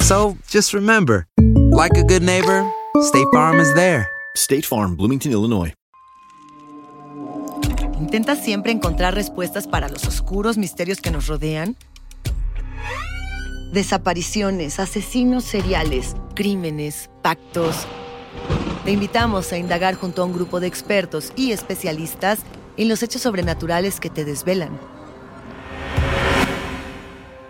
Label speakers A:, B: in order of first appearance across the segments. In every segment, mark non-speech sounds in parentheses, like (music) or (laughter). A: So just remember, like a good neighbor, State Farm is there.
B: State Farm, Bloomington, Illinois.
C: ¿Intentas siempre encontrar respuestas para los oscuros misterios que nos rodean? Desapariciones, asesinos seriales, crímenes, pactos. Te invitamos a indagar junto a un grupo de expertos y especialistas en los hechos sobrenaturales que te desvelan.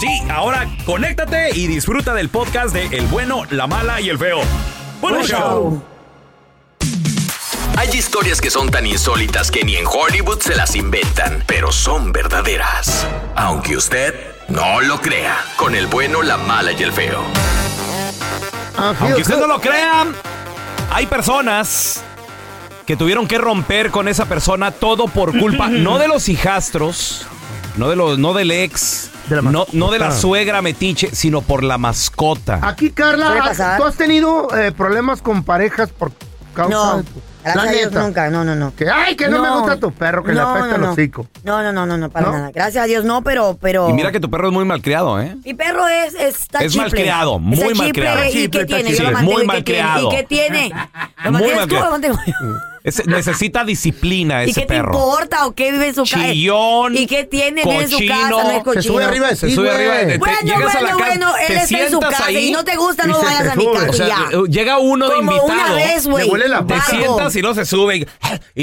D: Sí, ahora conéctate y disfruta del podcast de El bueno, la mala y el feo. Buen
E: Buen
D: show.
F: Hay historias que son tan insólitas que ni en Hollywood se las inventan, pero son verdaderas. Aunque usted no lo crea, con el bueno, la mala y el feo.
D: Aunque usted no lo crea, hay personas que tuvieron que romper con esa persona todo por culpa, (laughs) no de los hijastros, no, de los, no del ex, no, no de la
E: mascota.
D: suegra metiche, sino por la mascota.
E: Aquí,
G: Suele
E: Carla,
G: pasar.
E: ¿tú has tenido eh, problemas con parejas por causa
G: No,
E: de tu-
G: gracias
E: La
G: a Dios
E: neta.
G: nunca, no, no, no.
E: Que, ay, que no, me gusta tu perro, que le
G: No,
E: apesta
G: no,
E: el
G: no.
E: hocico.
G: No, no, no, no, no, para
E: ¿No?
G: nada. Gracias a Dios, no, pero, pero.
D: Y mira que tu perro es muy malcriado, ¿eh?
G: Mi perro es, está
D: Es
G: chifle.
D: malcriado, muy
G: Está chifle,
D: malcriado.
G: ¿Y
D: Chifle,
G: qué
D: está
G: tiene? Yo
D: chifle.
G: lo mantengo, ¿y
D: Muy
G: qué tiene? ¿Y
D: malcriado.
G: qué
E: (laughs)
G: tiene? ¿Lo
D: Muy
G: mantienes tú o Ah, lo
D: malcriado.
G: mantengo yo?
D: (laughs) Ese- necesita disciplina
G: ¿Y
D: ese
G: qué te
D: perro.
G: importa o qué vive en su casa?
D: Chillón,
G: ¿Y qué tiene? Vive en su
D: cochino.
G: casa, no es cochino.
E: Se sube arriba de
D: Se
E: sí,
D: sube
E: güey.
D: arriba de- te-
G: Bueno,
D: llegas a la
G: bueno,
D: casa,
G: bueno, él
D: te
G: está en su
D: sientas
G: casa
D: ahí,
G: y no te gusta,
E: y
G: no
E: se
G: vayas
E: te
G: a mi
E: sube.
G: casa
D: O sea,
G: y ya.
D: eh, llega uno de
G: Como
D: invitado.
G: una vez, güey.
E: huele la boca.
D: te
G: vago.
D: sientas y no se sube y,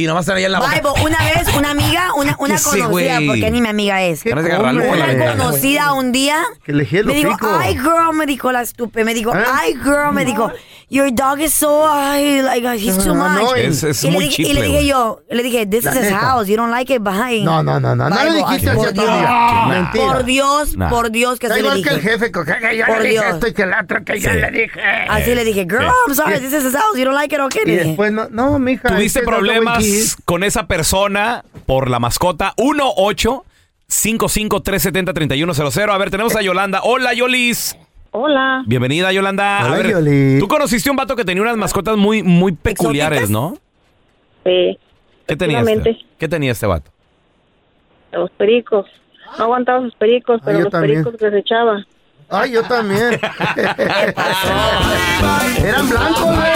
D: y nomás están ahí en la boca.
G: Vaibo, una vez, una amiga, una, una
D: Ese
G: conocida,
D: güey.
G: porque ni mi amiga es.
E: ¿Qué
D: Ganas de agarrarlo
E: come?
D: por la
G: Una
D: ventana,
G: conocida un día
E: Que le hielo
G: me dijo,
E: pico.
G: ay girl, me dijo la estúpida, me dijo,
E: ¿Eh?
G: ay girl, me dijo, your dog is so, ay, like, uh, he's too
E: No, no,
G: much.
E: es-
G: y,
D: es
G: le
D: muy
G: dije, y
D: chicle,
G: le dije
D: güey.
G: yo, le dije, this
E: La
G: is his
E: neta.
G: house, you don't like it, bye.
E: No, no, no, no. No le
G: Vaibo, ay,
E: dijiste así a
G: por
E: tu
G: Dios.
E: amiga.
D: Nah.
E: Mentira.
G: Por Dios,
D: Nah.
G: por Dios, que
E: Está
G: así le
E: igual que el
G: dije.
E: jefe, que que yo
G: Por
E: le
G: Dios.
E: dije esto y que el otro, que yo
D: Sí.
E: le dije.
G: Así le dije, girl, I'm sorry, this is his house, you don't like it, okay.
E: Y
G: le dije.
E: después, no, no mija.
D: ¿Tuviste
E: es que no te voy a decir.
D: problemas con esa persona por la mascota? 1-8. 553703100. A ver, tenemos a Yolanda. Hola, Yolis.
H: Hola,
D: Bienvenida, Yolanda.
E: Hola,
D: a ver,
E: Yoli.
D: tú conociste a un vato que tenía unas mascotas muy, muy peculiares, ¿no?
H: sí,
D: ¿Qué tenía este?
H: Efectivamente.
D: ¿Qué tenía este vato?
H: los pericos. No aguantaba sus pericos, pero
E: yo
H: los
E: también.
H: pericos que se echaba.
E: Ay, yo también. Eran blancos, güey.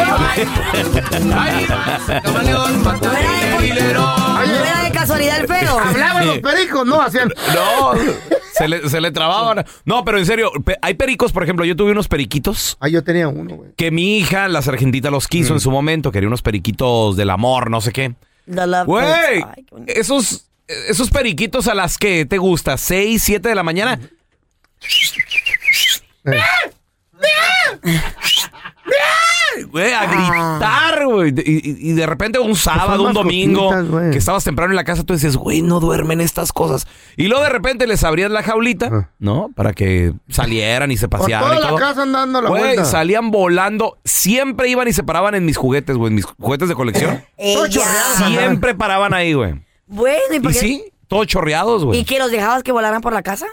G: Fuera de, fuera de casualidad el feo.
E: Hablaban los pericos, no hacían.
D: No, se le, se le trababan. No, pero en serio, pe- hay pericos, por ejemplo, yo tuve unos periquitos
E: Ay, Ah, yo tenía uno, güey. Mm.
D: que mi hija, la sargentita, los quiso en su momento. Quería unos periquitos del amor, no sé qué.
G: The love
D: Güey,
G: hurts. Ay, qué bonito.
D: esos, esos periquitos a las que te gusta, 6, 7 de la mañana, Güey, a gritar, güey. Y, y- y de repente un sábado, un
I: mascotitas,
D: domingo,
I: güey.
D: que estabas temprano en la casa, tú dices, güey, no duermen estas cosas. Y luego de repente les abrías la jaulita, ¿no? Para que salieran y se
E: Ah. Por
D: pasearan
E: toda
D: y todo.
E: la casa andando la
D: Güey,
E: vuelta.
D: salían volando. Siempre iban y se paraban en mis juguetes, güey, en mis juguetes de colección.
G: Ella.
D: Siempre paraban ahí, güey.
G: Bueno, ¿y por
D: Y
G: qué?
D: sí, Pues todos chorreados, güey.
G: ¿Y que los dejabas que volaran por la casa?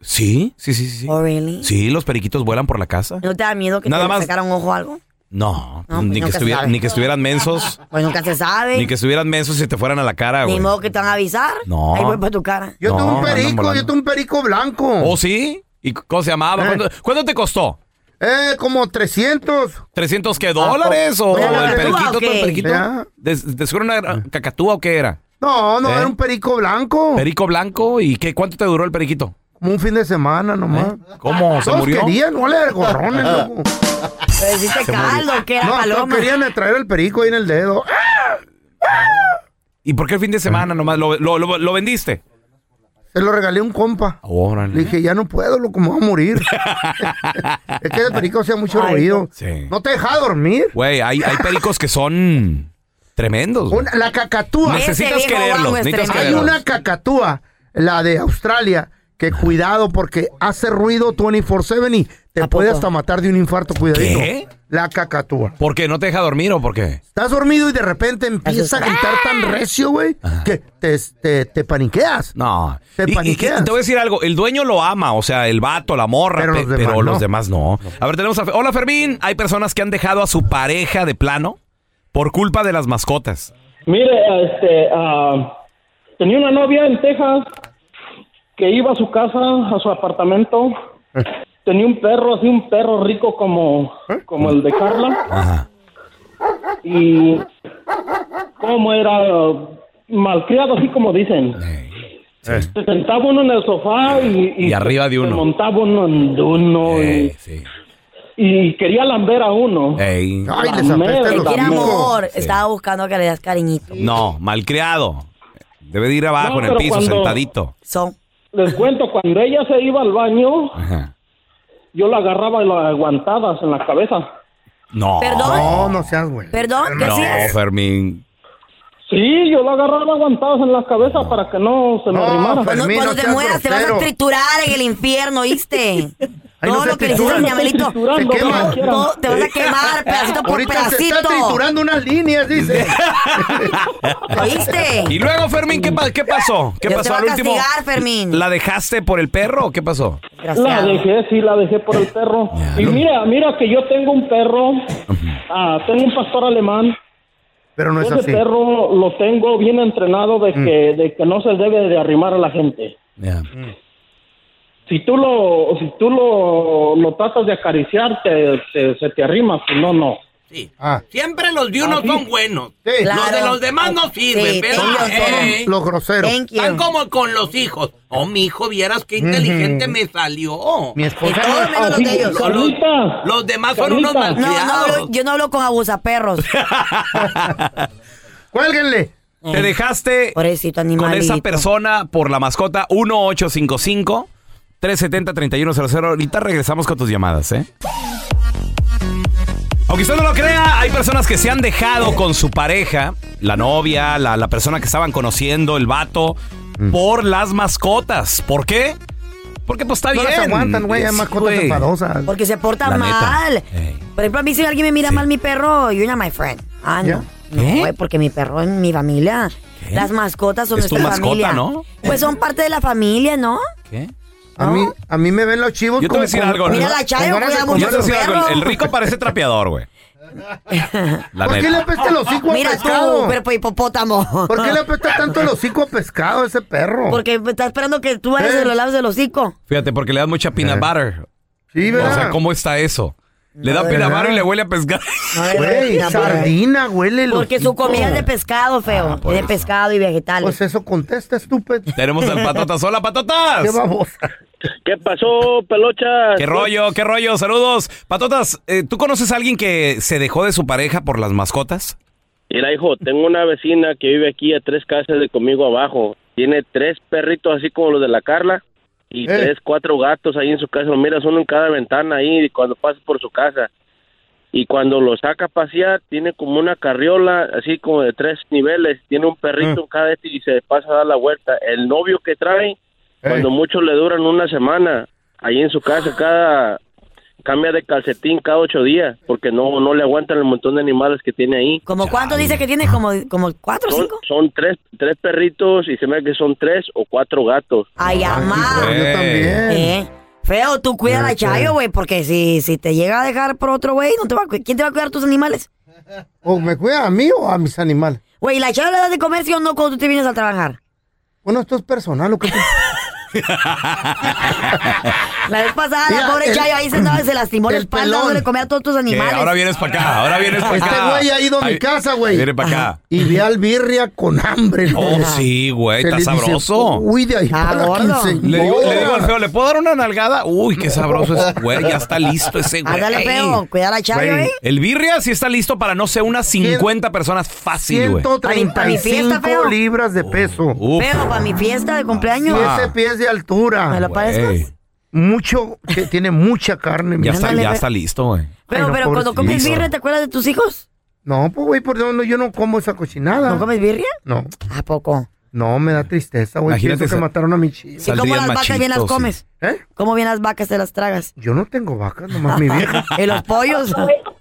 D: Sí, sí, sí, sí.
G: Oh,
D: sí. Sí, los periquitos vuelan por la casa.
G: ¿No te da miedo que
D: Nada
G: te
D: más.
G: sacara un ojo o algo?
D: No,
G: No, pues
D: ni, que
G: nunca se
D: estuviera-
G: sabe.
D: ni que estuvieran mensos,
G: Pues nunca se sabe.
D: ni que estuvieran mensos y te fueran a la cara,
G: Ni
D: güey.
G: modo que te van a avisar.
D: No.
G: Ahí voy para tu cara.
D: Yo No, tuve un andan perico, volando. yo
E: tuve un perico blanco.
D: ¿Oh, sí? ¿Y c- cómo se llamaba? ¿Cuánto, cuánto te costó?
E: Eh, como 300.
D: ¿300
G: Ah,
D: qué dólares? ¿O
E: ¿Era
D: el
E: cacatúa
D: periquito?
E: o
D: todo
E: qué?
D: el periquito?
E: Ya.
D: ¿De, de seguro una
G: Ah.
D: gra- cacatúa o qué era?
E: No, no,
D: ¿Eh?
E: era un perico blanco.
D: ¿Perico blanco? ¿Y qué? ¿Cuánto te duró el periquito?
E: Como un fin de semana nomás.
D: ¿Cómo? ¿Se
E: Todos
D: murió? Ah.
E: querían, no le de gorrones, loco.
G: Pero hiciste
E: Se
G: Pues caldo,
E: murió.
G: que era
E: no, todos
G: paloma.
E: querían traer el perico ahí en el dedo.
D: ¿Y por qué el fin de semana nomás? ¿Lo, lo, lo- lo vendiste?
E: Se lo regalé a un compa.
D: Órale.
E: Le dije, ya no puedo, loco, me voy a
D: (laughs)
E: morir. es que el perico hacía mucho
D: Ay,
E: ruido.
D: Sí.
E: No te deja dormir.
D: Güey, hay, hay pericos que son tremendos. güey.
E: Una- la cacatúa.
D: Pues Necesitas Ese viejo quererlos, guango es necesitas
E: Hay
D: tremendo.
E: una
D: quererlos.
E: cacatúa, la de Australia, que cuidado porque hace ruido 24-7 y te puede hasta matar de un infarto, cuidadito.
D: ¿Qué?
E: La cacatúa.
D: ¿Por qué? ¿No te deja dormir o por qué?
E: Estás dormido y de repente empieza a gritar tan
D: ¡Ah!
E: recio, güey, que te, te, te paniqueas.
D: No.
E: Te
D: Y- y- y
E: paniqueas.
D: te voy a decir algo, el dueño lo ama, o sea, el vato, la morra, pe-
E: Pero
D: pero,
E: los
D: los,
E: demás
D: demás,
E: no.
D: no. A ver, tenemos a... Fe- Hola, Fermín. Hay personas que han dejado a su pareja de plano por culpa de las mascotas.
J: Mire, este, ah, tenía una novia en Texas que iba a su casa, a su apartamento. Tenía un perro, así un perro rico como, como el de Carla. Y como era malcriado, así como dicen.
D: Eh.
J: Se sentaba uno en el sofá y,
D: Y arriba de
J: se
D: uno.
J: montaba uno en uno
D: Eh,
J: y, y quería lamber a uno.
D: Ey.
G: Te quiere
J: Lamber.
G: amor. Estaba buscando que le das cariñito.
D: No, malcriado. Debe de ir abajo
J: No,
D: en el
J: pero
D: piso,
J: cuando-
D: sentadito.
G: Son.
J: Les cuento, cuando ella se iba al baño,
D: Ajá.
J: yo la agarraba y la aguantabas en la cabeza.
D: No.
J: Perdón.
E: No, no seas, güey.
G: Perdón,
D: No, Fermín.
J: Sí, yo la agarraba aguantadas en la cabeza para que no se me arrimara.
G: Cuando, cuando te mueras te vas a triturar en el infierno, ¿oíste? Todo
J: no se
G: lo que le hiciste a
J: trituran,
G: mi
J: no se
G: abuelito.
J: trituran,
G: todo-
J: no se
G: todo-
J: quieran.
G: te vas a quemar pedacito por
E: Ahorita se
G: pedacito.
E: está triturando unas líneas, dice.
G: ¿Oíste?
D: Y luego, Fermín, ¿qué, pa- qué pasó? ¿Qué
G: Dios te
D: pasó
G: va
D: al
G: a
D: último?
G: castigar, Fermín.
D: ¿La dejaste por el perro o qué pasó?
J: La dejé, sí, la dejé por el perro. Y mira, mira que yo tengo un perro, ah, tengo un pastor alemán.
E: Pero no es
J: Ese
E: así. Mm.
J: perro lo tengo bien entrenado de que, de que no se debe de arrimar a la gente.
D: Mm.
J: Si tú lo, si tú lo, lo tratas de acariciar, te, te- se te arrima, si no, no.
E: Ah,
D: Siempre los de uno son buenos.
J: Los de los
D: demás no
J: sirven, Sí, pero, thank you, eh,
E: Los groseros.
D: Están como con los hijos. Oh, mi hijo, vieras qué
E: inteligente
D: me salió.
E: Mi esposa-
G: Y todos
D: Ah,
G: menos los de ellos.
D: Los demás
G: No, no, no hablo- yo no hablo con abusaperros.
E: (laughs) ¡Cuélguenle!
D: Te dejaste con esa persona por la mascota 1855 370 3100. Ahorita regresamos con tus llamadas, ¿eh? Aunque usted no lo crea, hay personas que se han dejado con su pareja, la novia, la, la persona que estaban conociendo, el vato,
E: Mm.
D: por las mascotas. ¿Por qué? Porque pues está
E: No
D: bien.
E: las aguantan, güey, hay
D: Sí,
E: mascotas
D: güey.
E: enfadosas.
G: Porque se porta
D: La neta.
G: mal. Por ejemplo, a mí si alguien me mira mal mi perro, you're not my friend. Ah, no. No, güey, porque mi perro es mi familia. Las mascotas son
E: Es tu
G: nuestra
E: mascota,
G: familia.
E: ¿no?
G: Pues son parte de la familia, ¿no?
E: A mí, a mí me ven los chivos
D: Yo te voy a decir algo.
G: Mira la Chayo, cuida
D: Yo te
G: mucho
D: voy a decir
G: a su
D: algo, El
G: perro.
D: rico parece trapeador, güey.
E: (laughs)
D: La
E: ¿Por qué
D: neta.
E: le apesta el hocico a
G: Mira
E: pescado?
G: tú, pero pues, hipopótamo.
E: ¿Por qué le apesta tanto el hocico a pescado a ese perro? ¿Eh?
G: Porque está esperando que tú vayas de los lados del hocico.
D: Fíjate, porque le dan mucha
G: Eh.
D: peanut butter.
E: Sí,
G: ¿verdad?
D: O sea, ¿cómo está eso? Le
G: No,
D: da peanut
G: ¿verdad?
D: butter y le huele a pescado.
E: Güey, sardina, huele el
G: Porque su
E: hocico.
G: comida es de pescado, feo.
D: por
G: es de
D: eso.
G: pescado y vegetales.
E: Pues eso contesta, estúpido.
D: Tenemos al Patotas. Hola, Patotas.
E: Qué babosa.
K: ¿Qué pasó, pelocha?
D: ¿Qué rollo? ¿Qué rollo? Saludos. Patotas, eh, ¿tú conoces a alguien que se dejó de su pareja por las mascotas?
K: Mira, hijo, tengo una vecina que vive aquí a tres casas de conmigo abajo. Tiene tres perritos así como los de la Carla
L: Eh.
K: y tres, cuatro gatos ahí en su casa. Lo miras uno en cada ventana ahí cuando pasas por su casa. Y cuando lo saca a pasear, tiene como una carriola, así como de tres niveles. Tiene un perrito en cada este y se pasa a dar la vuelta. El novio que trae, cuando muchos le duran una semana, ahí en su casa, cada cambia de calcetín cada ocho días, porque no, no le aguantan el montón de animales que tiene ahí.
G: ¿Como cuánto dice que tiene? ¿Como, como cuatro o
K: Son,
G: cinco?
K: son tres, tres perritos y se me hace que son tres o cuatro gatos.
G: Ay, amá.
K: yo también.
G: Eh, Feo, tú cuida a la Chayo, güey, porque si, si te llega a dejar por otro güey, no te va a cu- ¿quién te va a cuidar tus animales?
E: ¿O me cuida a mí o a mis animales?
G: Güey, ¿la Chayo le das de comer sí o no cuando tú te vienes a trabajar?
E: Bueno, esto es personal, ¿o qué?
G: (laughs) La vez pasada, la
E: Mira,
G: pobre
E: el-
G: Chayo ahí se andaba, se lastimó la
E: el
G: espalda
E: pelón.
G: dándole de comer a todos tus
D: ¿Qué?
G: animales.
D: Ahora vienes para acá, ahora vienes para acá.
E: Este güey ha ido a mi
D: Ahí-
E: casa, güey.
D: Viene para acá.
E: Ajá. Y ve al birria con hambre.
D: Oh,
E: güey.
D: sí, güey,
E: Se
D: está
E: le dice,
D: sabroso.
E: Uy, de ahí para la
D: Le digo,
E: quinceañera.
D: le digo al feo, ¿le puedo dar una nalgada? Uy, qué sabroso es, güey, ya está listo ese güey.
G: Ándale, feo, cuida a la Chayo,
D: Güey,
G: ¿eh?
D: El birria sí está listo para, no sé, unas 50 personas fácil, güey.
G: Para mi fiesta,
E: 135 (laughs)
G: feo.
E: libras de peso.
G: Feo, para mi fiesta de cumpleaños.
E: Ah. 15 pies de altura.
G: ¿Me lo parezcas?
E: Mucho, que tiene mucha carne.
D: Ya
E: mira.
D: está, ya está listo, güey.
G: Pero,
E: Ay, no,
G: pero cuando
E: pobrecito.
G: comes birria, ¿te acuerdas de tus hijos?
E: No, pues, güey, por Dios, no, yo no como esa cochinada.
G: ¿No comes birria?
E: No.
G: ¿A poco?
E: No, me da tristeza, güey.
D: Imagínate
E: Pienso que
D: esa-
E: mataron a mi ¿Eh? chica.
G: ¿Y cómo las vacas bien las comes? ¿Cómo bien las vacas te las tragas?
E: Yo no tengo vacas, nomás
G: (laughs)
E: mi vieja.
G: ¿Y los pollos?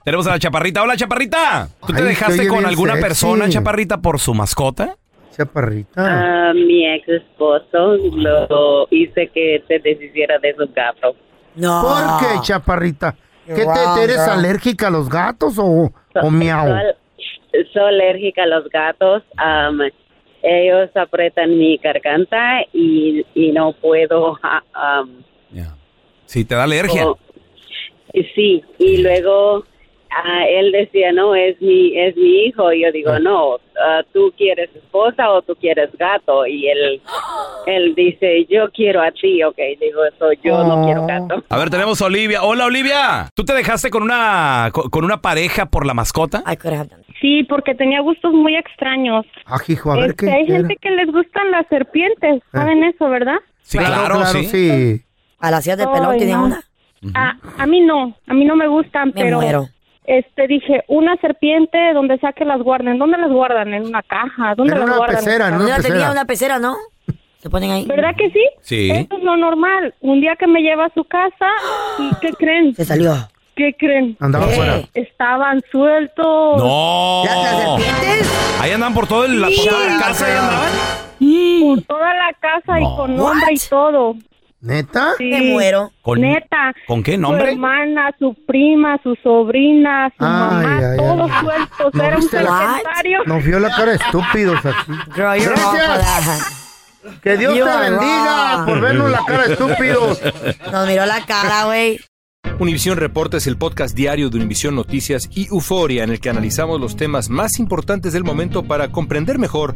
D: Tenemos a la chaparrita. Hola, chaparrita. ¿Tú te
E: Ay, se
D: dejaste
E: oye
D: con
E: bien
D: alguna
E: sexy.
D: persona, chaparrita, por su mascota?
E: Chaparrita.
M: A mi ex esposo lo hice que se deshiciera de sus gatos.
E: ¿Por qué, chaparrita? ¿Qué te,
M: Guau,
E: te eres
M: guau.
E: alérgica a los gatos o,
M: Oh,
E: o miau?
M: Soy, soy alérgica a los gatos. am, ellos aprietan mi garganta y, y no puedo. ah, ja, am,
D: Sí, te da alergia.
M: Oh. y sí, y luego ah, él decía, no, es mi, es mi hijo. Y yo digo, no, ah, tú quieres esposa o tú quieres gato. Y (gasps) él, él dice, yo quiero a ti. Ok, digo, eso yo no quiero gato.
D: A ver, tenemos a Olivia. Hola, Olivia. ¿Tú te dejaste con una con, con una pareja por la mascota?
N: (laughs) Sí, porque tenía gustos muy extraños.
E: Ah, hijo, a ver
N: Este,
E: qué.
N: hay
E: era?
N: gente que les gustan las serpientes, ¿saben eso, verdad?
D: Sí, claro, sí.
G: A las sillas de
N: Ay,
G: pelón tenía
N: no.
G: una.
N: A, a mí no, a mí no me gustan,
G: Me
N: pero
G: muero.
N: este dije, una serpiente donde sea que las guarden. ¿Dónde las guardan? ¿En una caja? ¿Dónde las guardan?
G: Yo la tenía una pecera, ¿no? Se ponen ahí.
N: ¿Verdad que sí?
D: Sí.
N: Eso es lo normal. Un día que me lleva a su casa,
G: (gasps)
N: ¿y qué creen?
G: Se salió.
N: ¿Qué creen?
E: Andaba
N: ¿Qué?
D: fuera.
N: Estaban sueltos.
D: No. Ahí andan por todo el, la, por toda la casa. Ahí andaban.
N: (gasps) Por toda la casa y con nombre y todo.
E: ¿Neta?
N: Sí.
G: Me muero.
D: ¿Con-
N: Neta.
D: ¿Con qué
N: Su
D: nombre?
N: hermana, su prima, su sobrina, su mamá,
E: ay, ay.
N: todos sueltos. Era un
E: viste la- (laughs)
N: serpentario.
E: Nos vio la cara de estúpidos aquí.
G: you're wrong
E: Que Dios
G: You're
E: te bendiga
G: wrong.
E: por vernos la
D: (laughs)
E: cara de estúpidos.
G: Nos miró la cara, güey.
O: Univisión Reporta es el podcast diario de Univisión Noticias y Euforia en el que analizamos los temas más importantes del momento para comprender mejor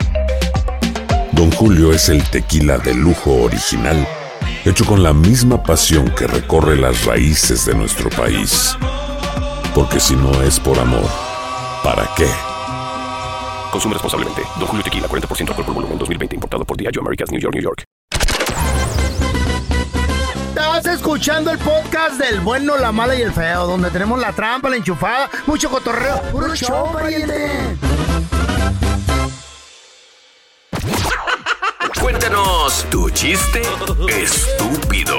P: Don Julio es el tequila de lujo original, hecho con la misma pasión que recorre las raíces de nuestro país. Porque si no es por amor, ¿para qué?
Q: Consume responsablemente. Don Julio Tequila, 40% alcohol por volumen, 2020. Importado por Diageo Americas, New York, New York.
E: escuchando el podcast del bueno, la mala y el feo, donde tenemos la trampa, la enchufada, mucho cotorreo. ¡Puro show, pariente!
F: Cuéntanos tu chiste estúpido.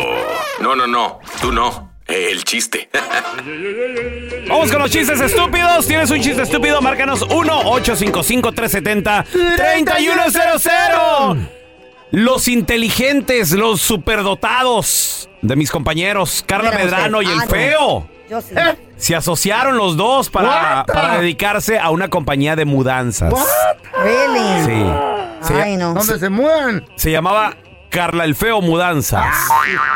F: No, no, no, tú no. El chiste. (laughs)
D: Vamos con los chistes estúpidos. ¿Tienes un chiste estúpido? Márcanos 1-855-370-3100. Los inteligentes, los superdotados de mis compañeros, Carla
G: Mira usted.
D: Medrano y el
G: Ah, no.
D: feo.
G: Yo sí.
D: Se asociaron los dos para,
G: What the-
D: para dedicarse a una compañía de mudanzas.
G: Really?
D: Sí. Se-
G: Ay, no.
E: ¿Dónde se mudan?
D: Se llamaba Carla el Feo Mudanzas.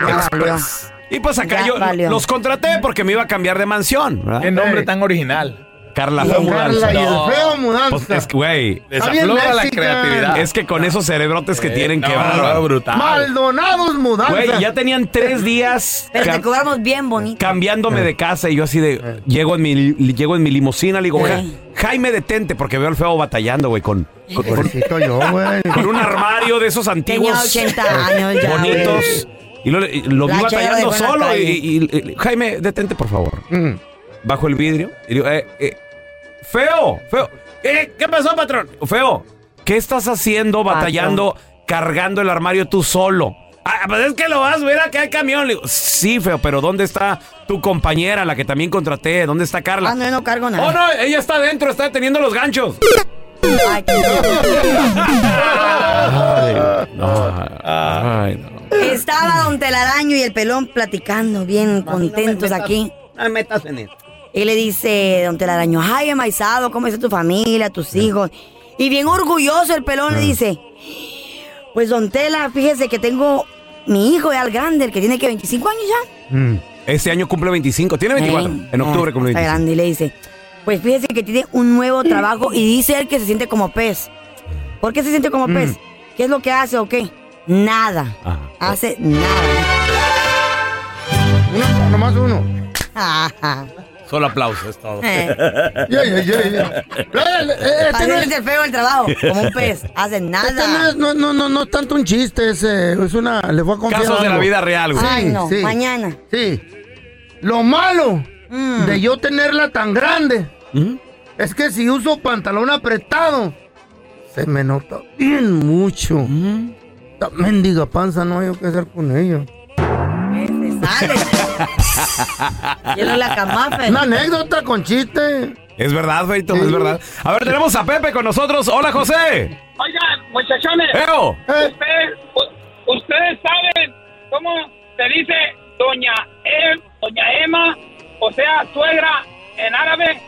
G: Ya
D: Express. Y pues acá
G: Ya
D: yo
G: valió.
D: los contraté porque me iba a cambiar de mansión.
R: Qué nombre tan original.
D: Carla
R: Y
D: Feo
R: el Carla
D: Mudanza.
R: y el
D: No.
R: Feo Mudanza.
D: Pues es que, güey.
R: Está bien Desaflora la mexican. creatividad. Eh,
D: Es que con esos cerebrotes que tienen, que
R: no,
D: bárbaro. brutal.
E: Maldonados mudanzas.
D: Güey, ya tenían tres días
G: Pero te
D: cam-
G: cobramos bien bonito.
E: Eh.
D: cambiándome de casa y yo así de. Llego en mi, li- llego en mi limusina, le digo,
E: Eh.
D: "Ja- Jaime, detente, porque veo al feo batallando, güey, con, con, con-
E: Eh. yo, güey.
D: con un armario de esos antiguos.
G: Tenía 80 años ya,
D: Bonitos. Y lo, y lo vi
G: La
D: batallando
G: dejó en la
D: solo. Y,
G: calle.
D: y- y- Jaime, detente, por favor.
E: Mm.
D: Bajo el vidrio. Y digo, eh, eh, feo, feo. Eh, ¿Qué pasó, patrón? Feo, ¿qué estás haciendo batallando, cargando el armario tú solo? Ah, pues es que lo vas a ver acá el camión. Le digo, sí, feo, pero ¿dónde está tu compañera, la que también contraté? ¿Dónde está Carla?
G: Ah, no, yo no cargo nada.
D: Oh, no, ella está adentro, está teniendo los ganchos.
G: Ay, qué-
D: Ay, no.
G: Estaba Don Telaraño y el pelón platicando, bien contentos aquí.
E: No metas en eso.
G: Y le dice Don Telaraño, ay, amaizado, ¿cómo está tu familia, tus hijos? Y bien orgulloso el pelón le dice, pues Don Tela, fíjese que tengo mi hijo ya el grande, el que tiene que 25 años ya.
D: Este año cumple 25, tiene 24.
G: Eh,
D: en octubre
G: ya,
D: cumple
G: Está
D: 25.
G: grande y le dice, pues fíjese que tiene un nuevo trabajo y dice él que se siente como pez. ¿Por qué se siente como pez?
D: Mm.
G: ¿Qué es lo que hace o qué? Nada. Hace nada.
E: Uno, nomás uno.
D: Solo aplauso, es todo.
E: (laughs)
G: Eh.
E: Ya, ya, ya, ya. eh,
G: Para no irte este feo el trabajo, como un
E: (laughs)
G: pez. Hace
E: Este no,
G: nada.
E: es, no, no, no, no es tanto un chiste, es, eh, es una. Le voy a confiar.
D: Casos de la
E: algo.
D: vida real, güey.
G: Ay, no,
E: sí.
G: mañana. Mm.
E: Sí. Lo malo de
D: (laughs)
E: yo tenerla tan grande
D: ¿Mm?
E: es que si uso pantalón apretado, se me nota bien mucho.
D: ¿Mm?
E: La mendiga panza, no hay que hacer con ella.
G: Quiero la ¿eh? camafe.
E: Una anécdota con chiste.
D: Es verdad, Feito, es verdad. A ver, tenemos a Pepe con nosotros. Hola, José.
J: Oigan, muchachones.
D: Eo.
J: Ustedes, u- ustedes saben cómo se dice doña Em, doña Emma, o sea, suegra en árabe.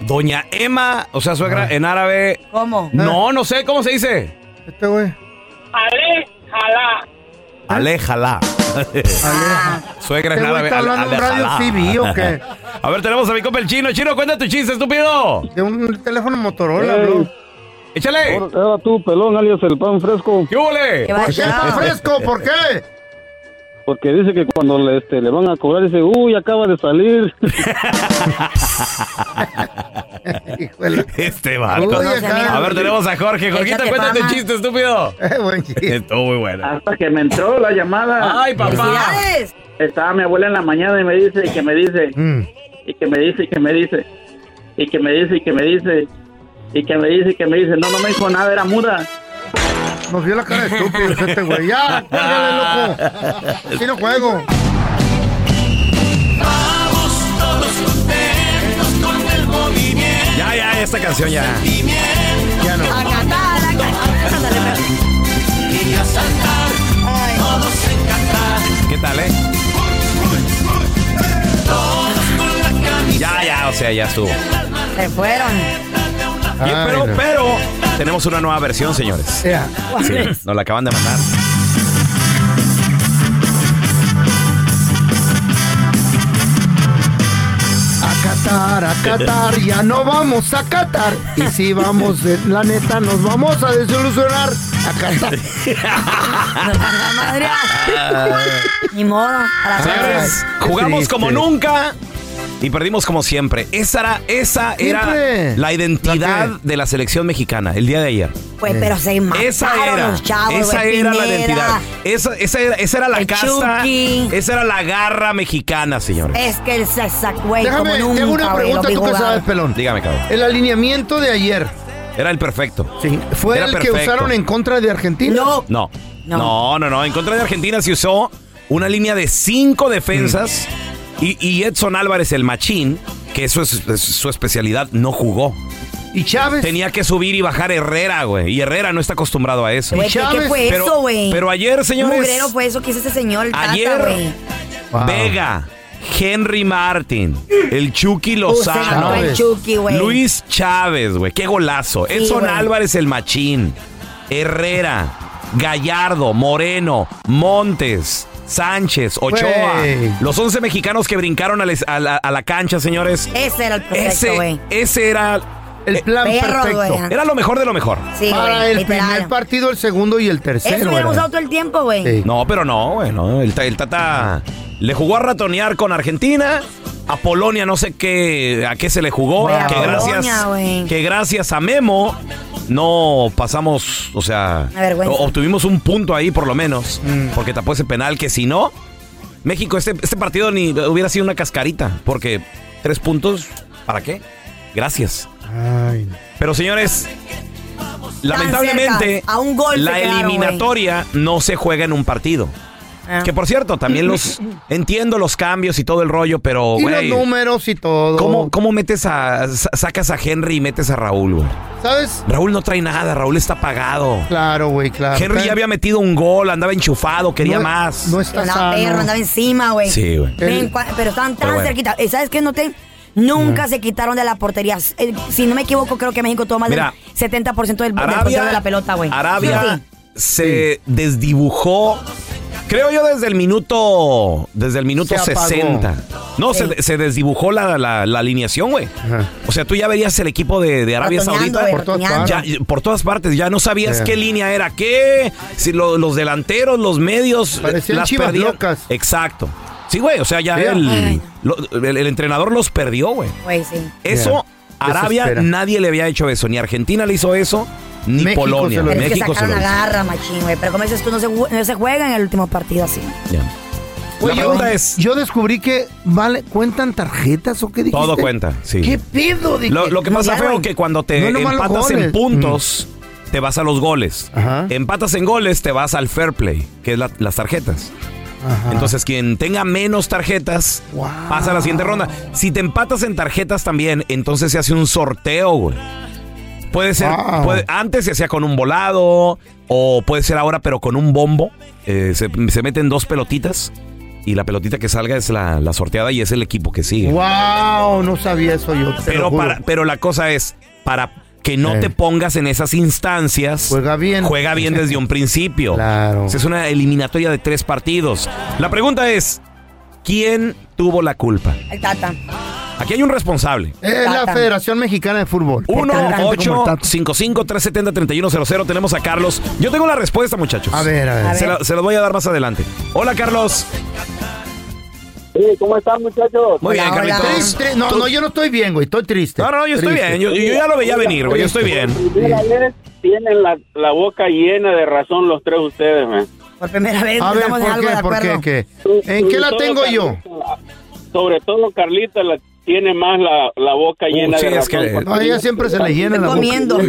D: Doña Emma, o sea, suegra en árabe.
E: Eh.
G: ¿Cómo?
D: No, no sé cómo se dice.
E: Este güey.
J: Ale, jalá.
D: Aléjala. (laughs) Suegra en
E: Este güey
D: árabe.
E: está
D: ale-
E: hablando en radio
D: aléjala.
E: CB, ¿o qué?
D: (laughs) A ver, tenemos a mi compa el chino. Chino, cuenta tu chiste, estúpido.
E: De un teléfono Motorola,
D: Ey.
E: bro.
D: Échale.
S: Era tú, pelón, alias el pan fresco.
D: ¿Qué ole?
E: ¿Por qué tan Pues fresco? ¿Por qué?
S: Porque dice que cuando le, este, le van a cobrar, dice, uy, acaba de
E: (laughs)
S: salir.
D: Este barco.
S: Uy, acá.
D: A ver, tenemos a Jorge. Jorgito,
S: Échate
D: cuenta tu
S: fama.
D: chiste, estúpido.
E: buen
D: Estuvo muy bueno.
S: Hasta que me entró la llamada.
D: Ay, papá.
S: Estaba mi abuela en la mañana y me dice, y que me dice, y que me dice, y que me dice, y que me dice, y que me dice, y que me dice, y que me dice, no, no me dijo nada, era muda.
E: Nos vio la cara de estúpidos este güey. Ya, córrele, loco. Así no juego.
D: Ya, ya, esta canción ya.
E: Ya no.
D: ¿Qué tal, eh? Ya, ya, o sea, ya estuvo.
G: Se
D: (laughs)
G: fueron.
D: Y- pero, pero, tenemos una nueva versión, señores.
E: Ya.
D: Sí, nos la acaban de mandar.
E: A Qatar, a Qatar, ya no vamos a Qatar. Y si vamos, eh, la neta, nos vamos a desilusionar. A Qatar.
D: (laughs)
G: Ni modo. a la
D: Señores,
G: verga.
D: jugamos como nunca. Y perdimos como siempre. Esa era, esa era
G: Siempre.
D: la identidad de la selección mexicana el día de ayer.
G: Pues,
E: Eh.
G: pero se mataron
D: Esa era,
G: los chavos. pues,
D: esa
G: güey,
D: era la
G: Pineda.
D: identidad. Esa, esa era, esa era la
G: el
D: casta.
G: Chucky.
D: Esa era la garra mexicana, señores.
G: Es que el Sasak, güey,
E: Déjame,
G: como
E: te hago una
G: nunca, güey,
E: pregunta,
G: lo vi
E: tú que
G: jugar.
E: sabes, pelón.
D: Dígame, cabrón.
E: El alineamiento de ayer
D: Era el perfecto. Sí,
E: fue el que usaron en contra de Argentina. No.
D: No. No. no, no, En contra de Argentina se usó una línea de cinco defensas
G: Mm.
D: y, y Edson Álvarez, el machín, que eso es, es su especialidad, no jugó.
E: ¿Y Chávez?
D: Tenía que subir y bajar Herrera, güey. Y Herrera no está acostumbrado a eso.
G: Güey, ¿qué- ¿Qué fue
D: Pero-
G: eso, güey?
D: Pero ayer, señores.
G: Mugrero fue eso que hizo ese señor, el Tata,
D: Ayer-
G: güey.
D: Vega, Henry Martin, el Chucky
G: Uh, se
D: Lozano,
G: mató el Chucky, güey.
D: Luis Chávez, güey, qué golazo.
G: Sí,
D: Edson
G: güey.
D: Álvarez, el machín, Herrera, Gallardo, Moreno, Montes, Sánchez, Ochoa.
E: Güey.
D: Los 11 mexicanos que brincaron a, les- a la, a la cancha, señores.
G: Ese era el perfecto,
D: pues, Ese-
G: güey.
D: Ese era...
E: El plan
G: Perro,
E: perfecto.
G: güey.
D: Era lo mejor de lo mejor.
G: Sí,
E: Para
G: güey,
E: el
G: literal.
E: primer partido, el segundo y el tercero.
G: Eso hubiera
E: era.
G: usado todo el tiempo, güey.
D: No, pero no, güey, no. El, ta- el
G: Ah.
D: Tata le jugó a ratonear con Argentina. A Polonia no sé qué a qué se le jugó.
G: Güey, a
D: que gracias
G: Polonia, güey.
D: que gracias a Memo no pasamos, o sea,
G: Una vergüenza. Mm.
D: o- obtuvimos un punto ahí por lo menos, porque tapó ese penal que si no México este este partido ni hubiera sido una cascarita, porque tres puntos ¿para qué? Gracias. Pero señores, lamentablemente
G: cerca, a un gol se
D: la
G: quedaron, güey.
D: eliminatoria no se juega en un partido.
G: Ah.
D: Que por cierto,
G: (laughs)
D: también los entiendo los cambios y todo el rollo, (laughs) pero
E: y
D: güey,
E: los números y todo.
D: ¿cómo, cómo metes a sa- sacas a Henry y metes a Raúl? güey?
E: ¿Sabes?
D: Raúl no trae nada, Raúl está pagado.
E: Claro, güey, claro.
D: Henry ya había metido un gol, andaba enchufado, quería
E: No-
D: más.
E: no está
G: Andaba perro, andaba encima, güey.
D: Sí, güey.
G: Ven, cua- Pero estaban tan
D: Pero bueno. Mm.
G: cerquita. Eh, ¿Sabes qué noté? Nunca se quitaron de la portería. Eh, si no me equivoco, creo que México toma
D: Mira,
G: del 70% del, del control de la pelota, güey.
D: Arabia
G: Sí,
D: se desdibujó. Creo yo desde el minuto. Desde el minuto
E: Se apagó.
D: 60. No,
E: Sí.
D: se, se desdibujó la, la- la alineación, güey. O sea, tú ya verías el equipo de, de Arabia
E: Ratoneando,
D: Saudita.
E: güey, Por todas ratoneando.
D: Ya-
E: partes.
D: por todas partes. Ya no sabías
E: Sí.
D: qué línea era qué. Si lo- los delanteros, los medios.
E: Parecían chivas
D: locas. Exacto. Sí, güey. O sea, ya
E: Sí.
D: el,
E: Ay.
D: lo- el- el entrenador los perdió, güey.
G: Güey, sí.
D: Eso,
E: Yeah.
D: Arabia,
E: Desespera.
D: nadie le había hecho eso. Ni Argentina le hizo eso, ni
E: México
D: Polonia.
E: se lo
G: Pero es que
D: México se
G: sacaron
D: lo
G: la
D: hizo.
G: garra, machín, güey. Pero como dices tú, no se, ju- no se juega en el último partido así.
E: Oye,
D: la pregunta
E: Pues yo,
D: es-
E: Yo descubrí que vale, ¿cuentan tarjetas o qué dijiste?
D: Todo cuenta, sí.
E: ¿Qué pedo? Dije,
D: Lo, lo que pasa,
E: claro.
D: feo, que cuando te
E: No es nomás los
D: empatas en
E: goles. Mm.
D: puntos, te vas a los goles.
E: Ajá.
D: Empatas en goles, te vas al fair play, que es la- las tarjetas.
E: Ajá.
D: Entonces, quien tenga menos tarjetas pasa a la siguiente ronda. Si te empatas en tarjetas también, entonces se hace un sorteo, güey. Puede ser,
E: Wow.
D: puede- antes se hacía con un volado, o puede ser ahora, pero con un bombo. Eh, se, se meten dos pelotitas y la pelotita que salga es la, la sorteada y es el equipo que sigue.
E: Wow, no sabía eso yo. te lo
D: Pero,
E: juro. Eh.
D: para, pero la cosa es, para que no te pongas en esas instancias. Juega bien. Juega bien desde un principio. Claro. Es una eliminatoria de tres partidos. La pregunta es, ¿quién tuvo la culpa?
G: El Tata.
D: Aquí hay un responsable.
E: Es la
G: Tata.
E: Federación Mexicana de Fútbol.
D: 1
E: Como
D: 8
E: el Tata.
D: 55 370 3100 Tenemos a Carlos. Yo tengo la respuesta, muchachos. A ver,
E: a ver.
D: Se, la- se los voy a dar más adelante. Hola, Carlos.
L: ¿Cómo están, muchachos?
D: Muy bien, Carlitos.
E: Triste, No,
D: Tú-
E: no, yo no estoy bien, güey. Estoy triste.
D: No, no, yo estoy
E: Triste.
D: bien. Yo, yo ya lo veía venir, güey. Yo estoy bien.
L: Primera vez eh, tienen la, la boca llena de razón los tres ustedes, man.
G: Por primera vez
E: A ver,
G: estamos en
E: ¿por
G: algo
E: qué?
G: de
E: ¿Por
G: acuerdo.
E: qué? ¿Qué?
L: Tú-
E: ¿En
L: tú
E: qué la
L: solo,
E: tengo yo?
L: Carlita, Sobre todo Carlita la, tiene más la, la boca llena
D: Uh, sí,
L: de
D: es
L: razón.
D: que-
L: porque-
E: No, ella siempre se le llena la boca.
G: Comiendo.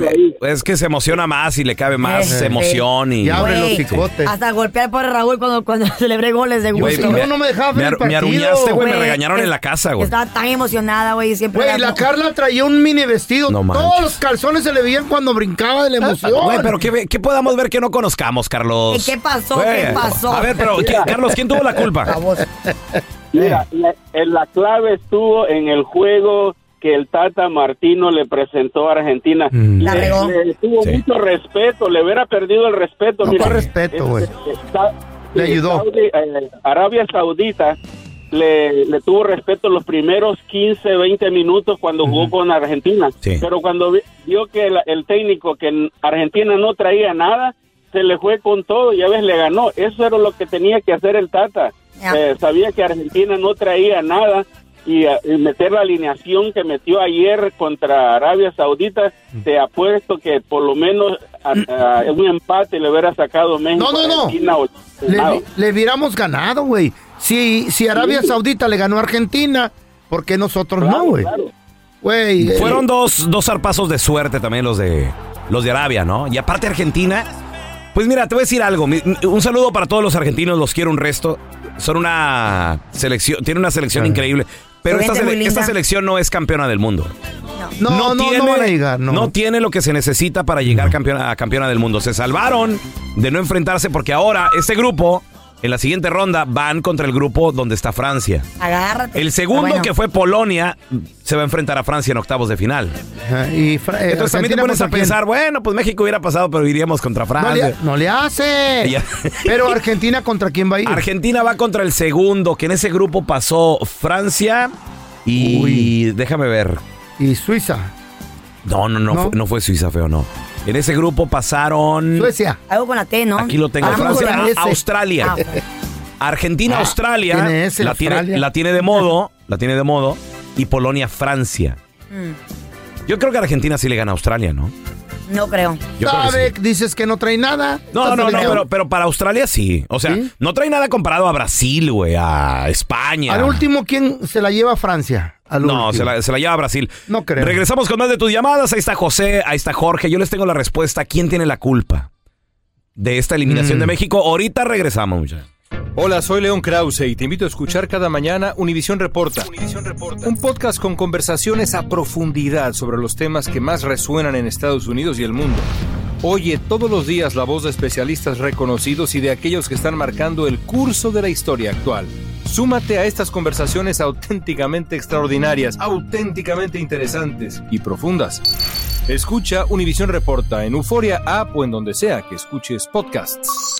D: Es que se emociona más y le cabe
G: Eh,
D: más
G: sí.
D: emoción y...
G: Ya abre los
D: Sí.
E: picotes.
G: Hasta golpear por Raúl cuando, cuando (laughs) celebré goles de
D: Güey,
G: gusto.
D: me- me, ar- me arruinaste, güey. Me regañaron en la casa, güey.
G: Estaba tan emocionada, güey. Siempre
E: Güey, la Carla traía un mini vestido.
D: No
E: Todos
D: manches.
E: los calzones se le veían cuando brincaba de la
G: Ah,
E: emoción.
D: Güey, pero ¿qué, ve- qué podamos ver que no conozcamos, Carlos?
G: ¿Qué pasó?
D: Güey,
G: ¿Qué pasó? Ah,
D: A ver, pero,
G: (laughs)
D: ¿quién- Carlos, ¿quién tuvo la culpa?
L: Mira, la, en la clave estuvo en el juego que el Tata Martino le presentó a Argentina.
D: Mm.
E: La
L: Le,
E: regó.
L: le tuvo mucho respeto, le hubiera perdido el respeto.
E: No,
L: mira, este,
E: fue respeto, güey.
L: Sa-
E: Le
L: sí,
E: ayudó.
L: Saudi- eh, Arabia Saudita le, le tuvo respeto los primeros 15, 20 minutos cuando jugó con Argentina.
D: Sí.
L: Pero cuando vi- vio que la- el técnico que en Argentina no traía nada, se le fue con todo y a veces le ganó. Eso era lo que tenía que hacer el Tata. Eh, sabía que Argentina no traía nada y, ah, y meter la alineación que metió ayer contra Arabia Saudita,
E: Mm.
L: te apuesto que por lo menos a- a- un empate le hubiera sacado México.
E: No, no, no.
L: Argentina o-
E: Le, le hubiéramos ganado, güey. Si, si Arabia
L: Sí.
E: Saudita le ganó a Argentina, ¿por qué nosotros no, güey? Güey, eh,
D: Fueron dos, dos zarpazos de suerte también los de los de Arabia, ¿no? Y aparte Argentina. Pues mira, te voy a decir algo. Mi- Un saludo para todos los argentinos, los quiero un resto. Son una selección, tienen una selección
E: Ah.
D: increíble. Pero
E: Se
D: esta,
E: vende
D: sele-
E: muy linda.
D: esta selección no es campeona del mundo.
E: No, no, no,
D: tiene-
E: van a llegar, no.
D: no tiene lo que se necesita para llegar campeona- a campeona del mundo. Se salvaron de no enfrentarse porque ahora este grupo, en la siguiente ronda, van contra el grupo donde está Francia.
G: Agárrate.
D: El segundo
G: Pero bueno.
D: que fue Polonia se va a enfrentar a Francia en octavos de final.
E: Ajá, y Fra- eh,
D: Entonces también
E: Argentina
D: te pones a
E: contra quién?
D: pensar, bueno, pues México hubiera pasado, pero iríamos contra
E: No
D: Francia.
E: le, no le hace.
D: (laughs) Ya.
E: Pero Argentina contra quién va a ir?
D: Argentina va contra el segundo, que en ese grupo pasó Francia y déjame ver.
E: Y Suiza.
D: No, no, no,
E: ¿No?
D: Fue, no fue Suiza, feo, no. En ese grupo pasaron
E: Suecia.
G: Algo con la T, ¿no?
D: Aquí lo tengo.
G: Algo
D: Francia,
G: con la S.
D: Australia.
G: Ah, pues.
D: Argentina,
G: Ah,
D: Australia,
G: tiene ese,
D: la
G: Australia.
D: tiene la tiene de modo, la tiene de modo y Polonia, Francia.
G: Mm,
D: Yo creo que Argentina sí le gana a Australia, ¿no?
G: No creo.
D: Yo creo que
E: ¿Sabe? Dices que no trae nada.
D: No,
E: Esta
D: no, no,
E: selección.
D: pero, pero para Australia sí. O sea, no trae nada comparado a Brasil, güey, a España.
E: Al último, ¿quién se la lleva a Francia?
D: no, se la, se la lleva a Brasil.
E: No creo.
D: Regresamos con más de tus llamadas. Ahí está José, ahí está Jorge. Yo les tengo la respuesta. ¿Quién tiene la culpa de esta eliminación
O: Mm.
D: de México? Ahorita regresamos, muchachos.
O: Hola, soy León Krause y te invito a escuchar cada mañana Univisión Reporta. Un podcast con conversaciones a profundidad sobre los temas que más resuenan en Estados Unidos y el mundo. Oye todos los días la voz de especialistas reconocidos y de aquellos que están marcando el curso de la historia actual. Súmate a estas conversaciones auténticamente extraordinarias, auténticamente interesantes y profundas. Escucha Univisión Reporta en Euforia App o en donde sea que escuches podcasts.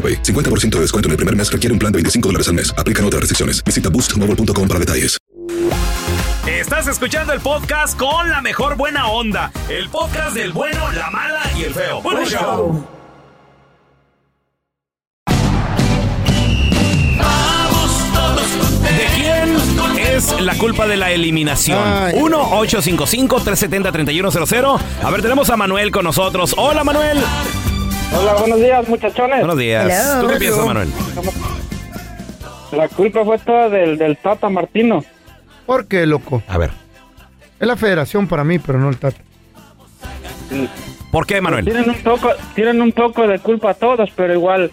A: 50% de descuento en el primer mes requiere un plan de 25 dólares al mes. Aplican otras restricciones. Visita boostmobile.com para detalles.
D: Estás escuchando el podcast con la mejor buena onda. El podcast del bueno, la mala y el feo.
R: Buen show.
D: ¿De quién es la culpa de la eliminación? 1-855-370-3100. A ver, tenemos a Manuel con nosotros. Hola, Manuel.
T: Hola, buenos días, muchachones.
D: Buenos días.
T: Hello.
D: ¿Tú qué piensas, Manuel?
T: La culpa fue toda del, del Tata Martino.
E: ¿Por qué, loco?
D: A ver.
E: Es la federación para mí, pero no el Tata.
D: ¿Por qué,
T: Tienen un poco, tienen un poco de culpa todos, pero igual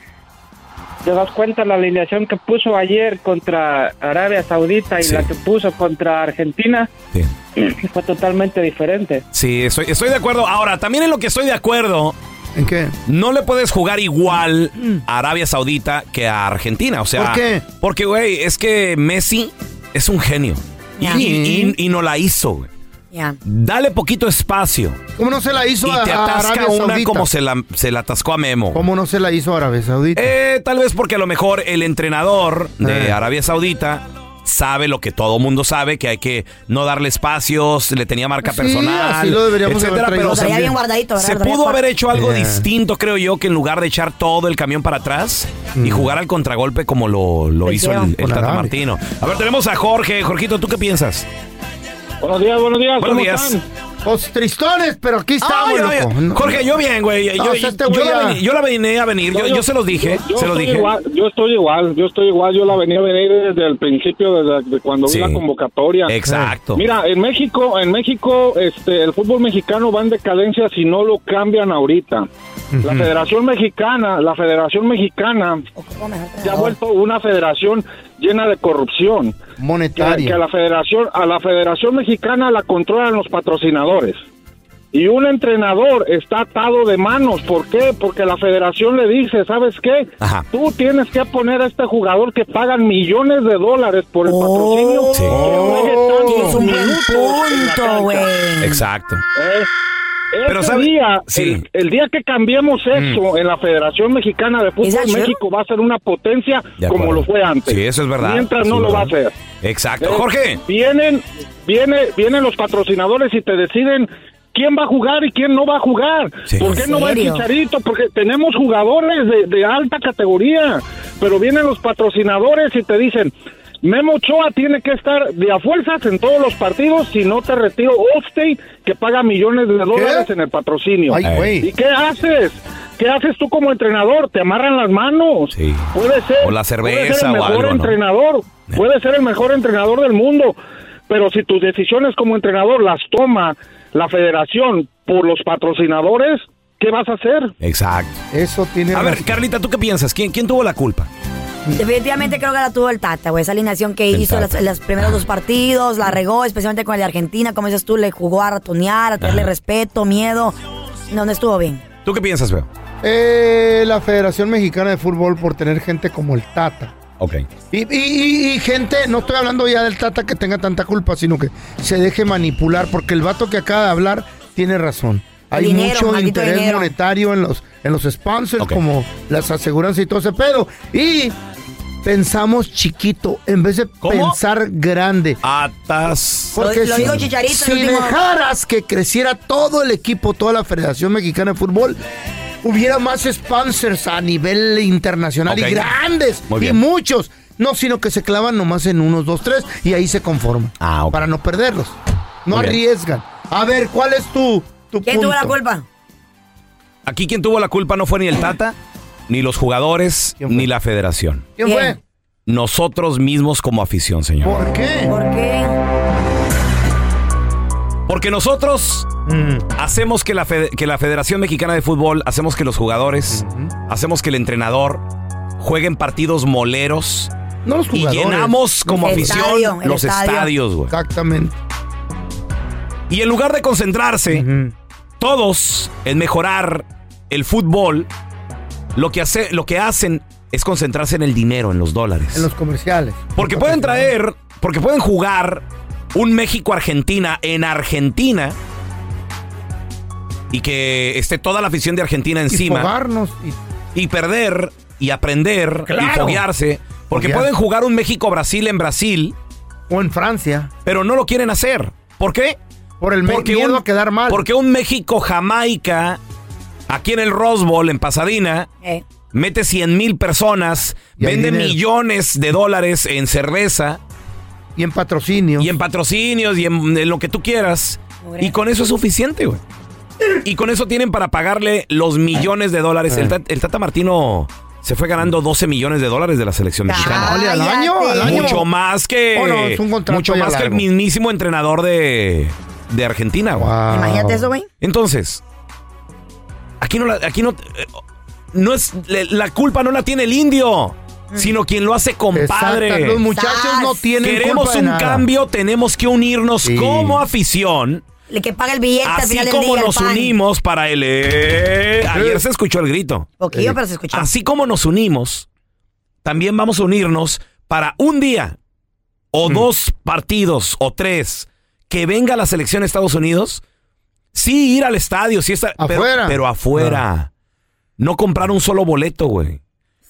T: te das cuenta la alineación que puso ayer contra Arabia Saudita y la que puso contra Argentina (clears throat) fue totalmente diferente.
D: Sí, estoy, estoy de acuerdo. Ahora, también en lo que estoy de acuerdo.
E: ¿En qué?
D: No le puedes jugar igual a Arabia Saudita que a Argentina. O sea,
E: ¿Por qué?
D: Porque, güey, es que Messi es un genio. Y,
E: Ya.
D: y- y- y no la hizo, güey.
G: Ya.
D: Dale poquito espacio.
E: ¿Cómo no se la hizo
D: y te
E: a, a
D: atasca
E: Arabia
D: una
E: Saudita?
D: como se la, se la atascó a Memo.
E: ¿Cómo no se la hizo a Arabia Saudita?
B: Ah.
D: Eh, tal vez porque a lo mejor el entrenador de Arabia Saudita sabe lo que todo mundo sabe, que hay que no darle espacios, le tenía marca
E: Sí,
D: personal,
E: así lo deberíamos haber
D: etcétera,
E: traído.
D: pero
E: Lo traía
D: también
E: bien guardadito, ¿verdad?
D: se
E: Lo traía
D: pudo haber
E: aparte.
D: hecho algo
E: Yeah.
D: distinto, creo yo, que en lugar de echar todo el camión para atrás
B: Mm.
D: y jugar al contragolpe como lo, lo hizo el, el
E: Con
D: Tata
E: Arabia.
D: Martino. A ver, tenemos a Jorge. Jorgito, ¿tú qué piensas?
E: Buenos días, buenos días.
D: Buenos ¿cómo días.
E: Pues tristones, pero aquí estamos,
D: Ay, ay,
B: pues,
E: loco.
D: ay.
E: No.
D: Jorge, yo bien, güey. Yo,
E: No,
D: yo-
E: o sea, este
D: yo
E: güey
D: la
E: ya-
D: veni- yo la venía a venir. Yo,
B: No, yo-
D: yo se los dije.
B: Yo
D: se los
B: estoy
D: dije.
B: igual, yo estoy igual, yo estoy igual, yo la venía a venir desde el principio, desde de cuando
D: Sí.
B: vi la convocatoria.
D: Exacto.
B: Mira, en México, en México, este, el fútbol mexicano va en decadencia si no lo cambian ahorita. La
C: Ujú.
B: Federación Mexicana, la Federación Mexicana se ha vuelto una federación llena de corrupción.
E: Monetaria.
B: Que, que a la Federación, a la Federación Mexicana la controlan los patrocinadores. Y un entrenador está atado de manos. ¿Por qué? Porque la federación le dice, ¿sabes qué? Tú tienes que poner a este jugador que pagan millones de dólares por el patrocinio. que juegue tantos
G: Es Oh. un buen
B: minutos en la
G: punto,
B: cancha.
G: güey.
D: Exacto.
B: Eh,
D: Pero,
B: ese
D: ¿sabe?
B: día,
D: Sí. Mm.
B: el, el día que cambiemos eso en la Federación Mexicana de
D: ¿Es
B: Fútbol,
D: así?
B: México va a ser una potencia
D: De
B: como
D: acuerdo.
B: lo fue antes.
D: Sí, eso es verdad.
B: Mientras
D: Eso
B: no
D: es
B: lo va a
D: verdad.
B: hacer.
D: Exacto.
B: Eh,
D: Jorge.
B: Vienen, viene, vienen los patrocinadores y te deciden quién va a jugar y quién no va a jugar.
D: Sí.
B: ¿Por qué
D: ¿En
B: no va el
D: serio?
B: Chicharito? Porque tenemos jugadores de, de alta categoría, pero vienen los patrocinadores y te dicen. Memo Ochoa tiene que estar de a fuerzas en todos los partidos, si no te retiro Ostey, que paga millones de dólares en el patrocinio.
E: Ay, güey.
B: ¿Y qué haces? ¿Qué haces tú como entrenador? Te amarran las manos. Puede ser.
D: O
B: Puede ser
D: la cerveza
B: el
D: o
B: mejor
D: algo, ¿no? Eh.
B: entrenador, puede ser el mejor entrenador del mundo, pero si tus decisiones como entrenador las toma la federación por los patrocinadores, ¿qué vas a hacer?
D: Exacto.
E: Eso tiene.
D: A ver, Carlita, ¿tú qué piensas? ¿Quién, quién tuvo la culpa?
G: Definitivamente creo que la tuvo el Tata, güey. Esa alineación que
D: El
G: hizo
D: Tata.
G: las, los primeros dos partidos, la regó, especialmente con el de Argentina. Como dices tú, le jugó a ratonear, a tenerle
D: Ajá.
G: respeto, miedo. No, no estuvo bien.
D: ¿Tú qué piensas, Beo?
E: Eh, la Federación Mexicana de Fútbol por tener gente como el Tata.
D: Ok.
E: Y, y- y- y gente, no estoy hablando ya del Tata que tenga tanta culpa, sino que se deje manipular, porque el vato que acaba de hablar tiene razón. Hay
G: Dinero,
E: mucho
G: maldito
E: interés
G: dinero.
E: monetario en los, en los sponsors, como las aseguranzas y todo ese pedo. Y pensamos chiquito, en vez de pensar grande.
D: Atas.
E: Porque
G: Lo- lo
E: si,
G: dijo Chicharito,
E: si
G: el último-
E: dejaras que creciera todo el equipo, toda la Federación Mexicana de Fútbol, hubiera más sponsors a nivel internacional
D: Ok.
E: y grandes
D: Muy
E: y
D: bien.
E: muchos. No, sino que se clavan nomás en unos, dos, tres y ahí se conforman. Para no perderlos. No
D: Ah, Muy bien.
E: arriesgan. A ver, ¿cuál es tu, tu
G: ¿Quién tuvo la
E: punto?
G: culpa?
D: Aquí quien tuvo la culpa no fue ni el
E: (clears throat)
D: Tata, ni los jugadores, ni la federación.
E: ¿Quién fue?
D: Nosotros mismos como afición, señor.
E: ¿Por qué?
G: ¿Por qué?
D: Porque nosotros
E: Mm.
D: hacemos que la, fe- que la Federación Mexicana de Fútbol, hacemos que los jugadores, hacemos que el entrenador jueguen partidos moleros.
E: No los
D: Y
E: jugadores.
D: llenamos como
E: El
D: afición
E: estadio, el
D: los
E: estadio.
D: estadios, güey.
E: Exactamente.
D: Y en lugar de concentrarse todos en mejorar el fútbol, lo que, hace, lo que hacen es concentrarse en el dinero, en los dólares.
E: En los comerciales.
D: Porque pueden traer, porque pueden jugar un México-Argentina en Argentina y que esté toda la afición de Argentina
E: Y
D: encima
E: fogarnos y
D: y, perder y aprender y
E: Claro.
D: foguearse. Porque
E: Foguear.
D: pueden jugar un México-Brasil en Brasil.
E: O en Francia.
D: Pero no lo quieren hacer. ¿Por qué?
E: Por el me- miedo a quedar mal.
D: Porque un México-Jamaica, aquí en el Rose Bowl, en Pasadena,
G: Eh.
D: mete 100 mil personas,
E: hay
D: vende
E: dinero.
D: millones de dólares en cerveza.
E: Y en patrocinio.
D: Y en patrocinios y en, en lo que tú quieras. Y con eso es suficiente, güey. Y con eso tienen para pagarle los millones de dólares.
E: Eh.
D: El, Tat- el Tata Martino se fue ganando 12 millones de dólares de la selección mexicana.
E: Ole, al año, al año.
D: Mucho más que.
E: Oh, no, es un contrato
D: mucho
E: ya
D: más que el
E: largo.
D: mismísimo entrenador de, de Argentina, güey.
G: Imagínate eso, güey.
D: Entonces, aquí no la- aquí no, eh, no es le- la culpa no la tiene el indio,
G: Mm.
D: sino quien lo hace compadre.
E: Exacto, los muchachos no tienen
D: Queremos
E: culpa de
D: un
E: nada.
D: cambio, tenemos que unirnos como afición.
G: El que paga el billete al
D: Así
G: final del día.
D: como
G: el
D: nos
G: pan.
D: unimos para el... eh, Ayer se escuchó el grito. Eh,
G: Poquillo, pero se escuchó.
D: Así como nos unimos, también vamos a unirnos para un día o dos partidos o tres que venga la selección de Estados Unidos. Sí, ir al estadio, sí estar... pero-
E: Afuera.
D: Pero, afuera. No comprar un solo boleto, güey.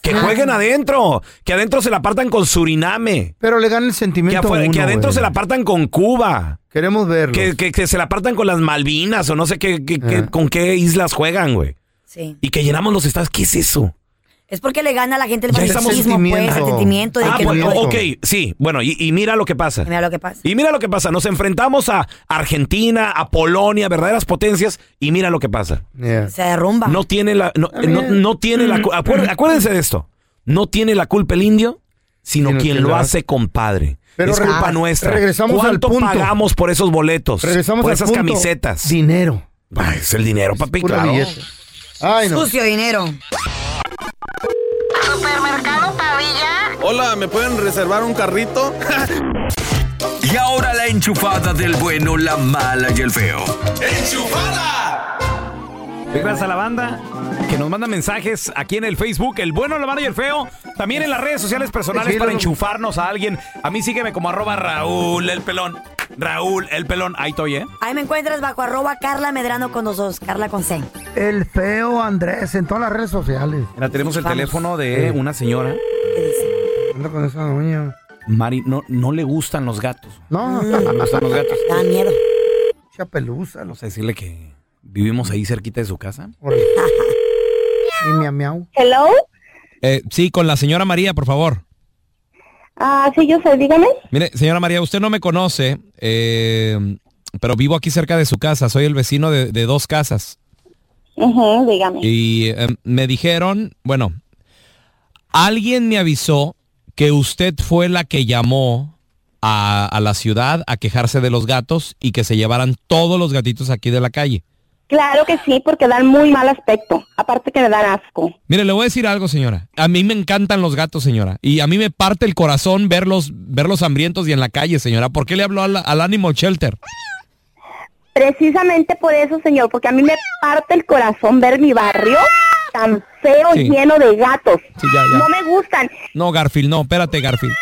D: Que jueguen adentro. Que adentro se la partan con Suriname.
E: Pero le gana el
D: Que,
E: sentimiento
D: afuera-
E: a uno,
D: que adentro
E: güey.
D: se la partan con Cuba.
E: Queremos verlo.
D: Que, que- que se la partan con las Malvinas o no sé qué, qué- qué- con qué islas juegan, güey.
G: Sí.
D: Y que llenamos los estados. ¿Qué es eso?
G: Es porque le gana a la gente el
D: Ya estamos-
G: patriotismo, pues, el sentimiento de
D: Ah,
G: que
D: bueno,
G: no-
D: ok, sí. Bueno, y, y mira lo que pasa.
G: Mira lo que pasa.
D: Y mira lo que pasa. Nos enfrentamos a Argentina, a Polonia, verdaderas potencias, y mira lo que pasa.
G: Se derrumba.
D: No tiene la, no, no- no tiene la, cu- acuér- acuérdense de esto. No tiene la culpa el indio, sino quien
E: quien
D: lo
E: lo
D: hace, compadre.
E: Pero
D: es
E: re- ah,
D: culpa nuestra.
E: regresamos al
D: ¿Cuánto
E: punto.
D: pagamos por esos boletos?
E: Regresamos
D: por
E: al
D: esas
E: punto.
D: camisetas.
E: Dinero.
D: Ay, es el dinero, papi.
E: puro
D: claro.
E: billete. Ay, no.
G: Sucio dinero.
C: Supermercado Pavilla.
R: Hola, ¿me pueden reservar un carrito? (laughs)
F: Y ahora la enchufada del bueno, la mala y el feo.
D: Gracias a la banda que nos manda mensajes aquí en el Facebook, el bueno, la mala y el feo. También en las redes sociales personales
O: Sí,
D: para
O: lo-
D: enchufarnos a alguien. A mí sígueme como arroba Raúl el pelón. Raúl el pelón. Ahí estoy, ¿eh?
G: Ahí me encuentras bajo arroba Carla Medrano con los dos, Carla con C.
E: El feo Andrés en todas las redes sociales.
D: Mira, tenemos el teléfono
O: Eh.
D: de una señora.
E: Anda con esa doña.
D: Mari, no, no le gustan los gatos.
E: No,
D: No le gustan los gatos.
G: Da miedo.
E: Mucha pelusa.
D: Vamos a decirle que vivimos ahí cerquita de su casa.
H: (laughs)
E: Y miau, miau.
H: Hello.
O: Eh, sí, con la señora María, por favor.
H: Ah, sí, yo soy, dígame.
O: Mire, señora María, usted no me conoce, eh, pero vivo aquí cerca de su casa. Soy el vecino de, de dos casas.
H: Ujú, dígame.
O: Y eh, me dijeron, bueno, alguien me avisó que usted fue la que llamó a, a la ciudad a quejarse de los gatos y que se llevaran todos los gatitos aquí de la calle.
H: Claro que sí, porque dan muy mal aspecto. Aparte que me dan asco.
O: Mire, le voy a decir algo, señora. A mí me encantan los gatos, señora. Y a mí me parte el corazón verlos, verlos hambrientos y en la calle, señora. ¿Por qué le habló al, al Animal Shelter?
H: Precisamente por eso, señor, porque a mí me parte el corazón ver mi barrio tan feo,
O: Sí.
H: lleno de gatos.
O: Sí, ya, ya.
H: No me gustan.
O: No, Garfield, no, espérate, Garfield.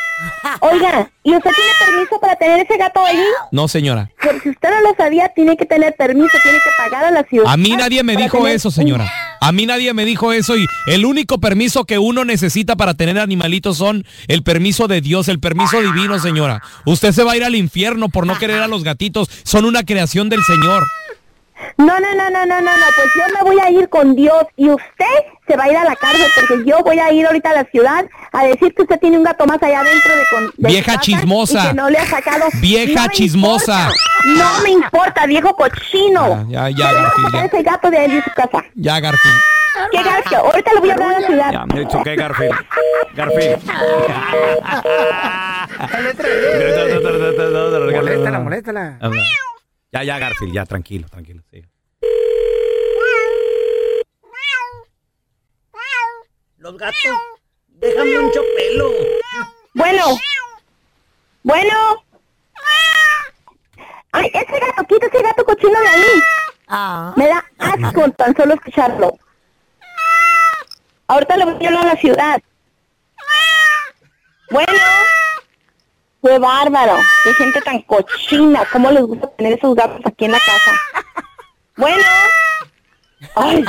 H: Oiga, ¿y usted tiene permiso para tener ese gato ahí?
O: No, señora.
H: Porque si usted no lo sabía, tiene que tener permiso, tiene que pagar a la ciudad.
O: A mí nadie me
H: Ah, para
O: dijo
H: tener- (laughs)
O: eso, señora. A mí nadie me dijo eso y el único permiso que uno necesita para tener animalitos son el permiso de Dios, el permiso divino, señora. Usted se va a ir al infierno por no querer a los gatitos. Son una creación del Señor.
H: No, no, no, no, no, no, no, pues yo me voy a ir con Dios y usted se va a ir a la cárcel porque yo voy a ir ahorita a la ciudad a decir que usted tiene un gato más allá adentro de con de
O: Vieja
H: su casa
O: chismosa.
H: y que no le ha sacado. No
O: Vieja
H: me
O: chismosa.
H: importa, no me importa, viejo cochino.
O: Ya, ya, Garfield.
H: Saca
O: Ya,
H: Ese gato de ahí de su casa.
O: Ah, ya Garfield.
H: ¿Qué gato? Ahorita lo voy a hablar a la ciudad.
D: Ah, Me choqué, Garfield. Garfield.
E: Moléstala, moléstala.
D: Ya, ya, Garfield, ya, tranquilo, tranquilo. sí.
G: Los gatos. Déjame un chopelo.
H: Bueno. Bueno. Ay, ese gato, quita ese gato cochino de ahí. Me da asco tan solo escucharlo. Ahorita le voy a hablar a la ciudad. Bueno. Fue bárbaro. Qué gente tan cochina. ¿Cómo les gusta tener esos gatos aquí en la casa? Bueno. Ay.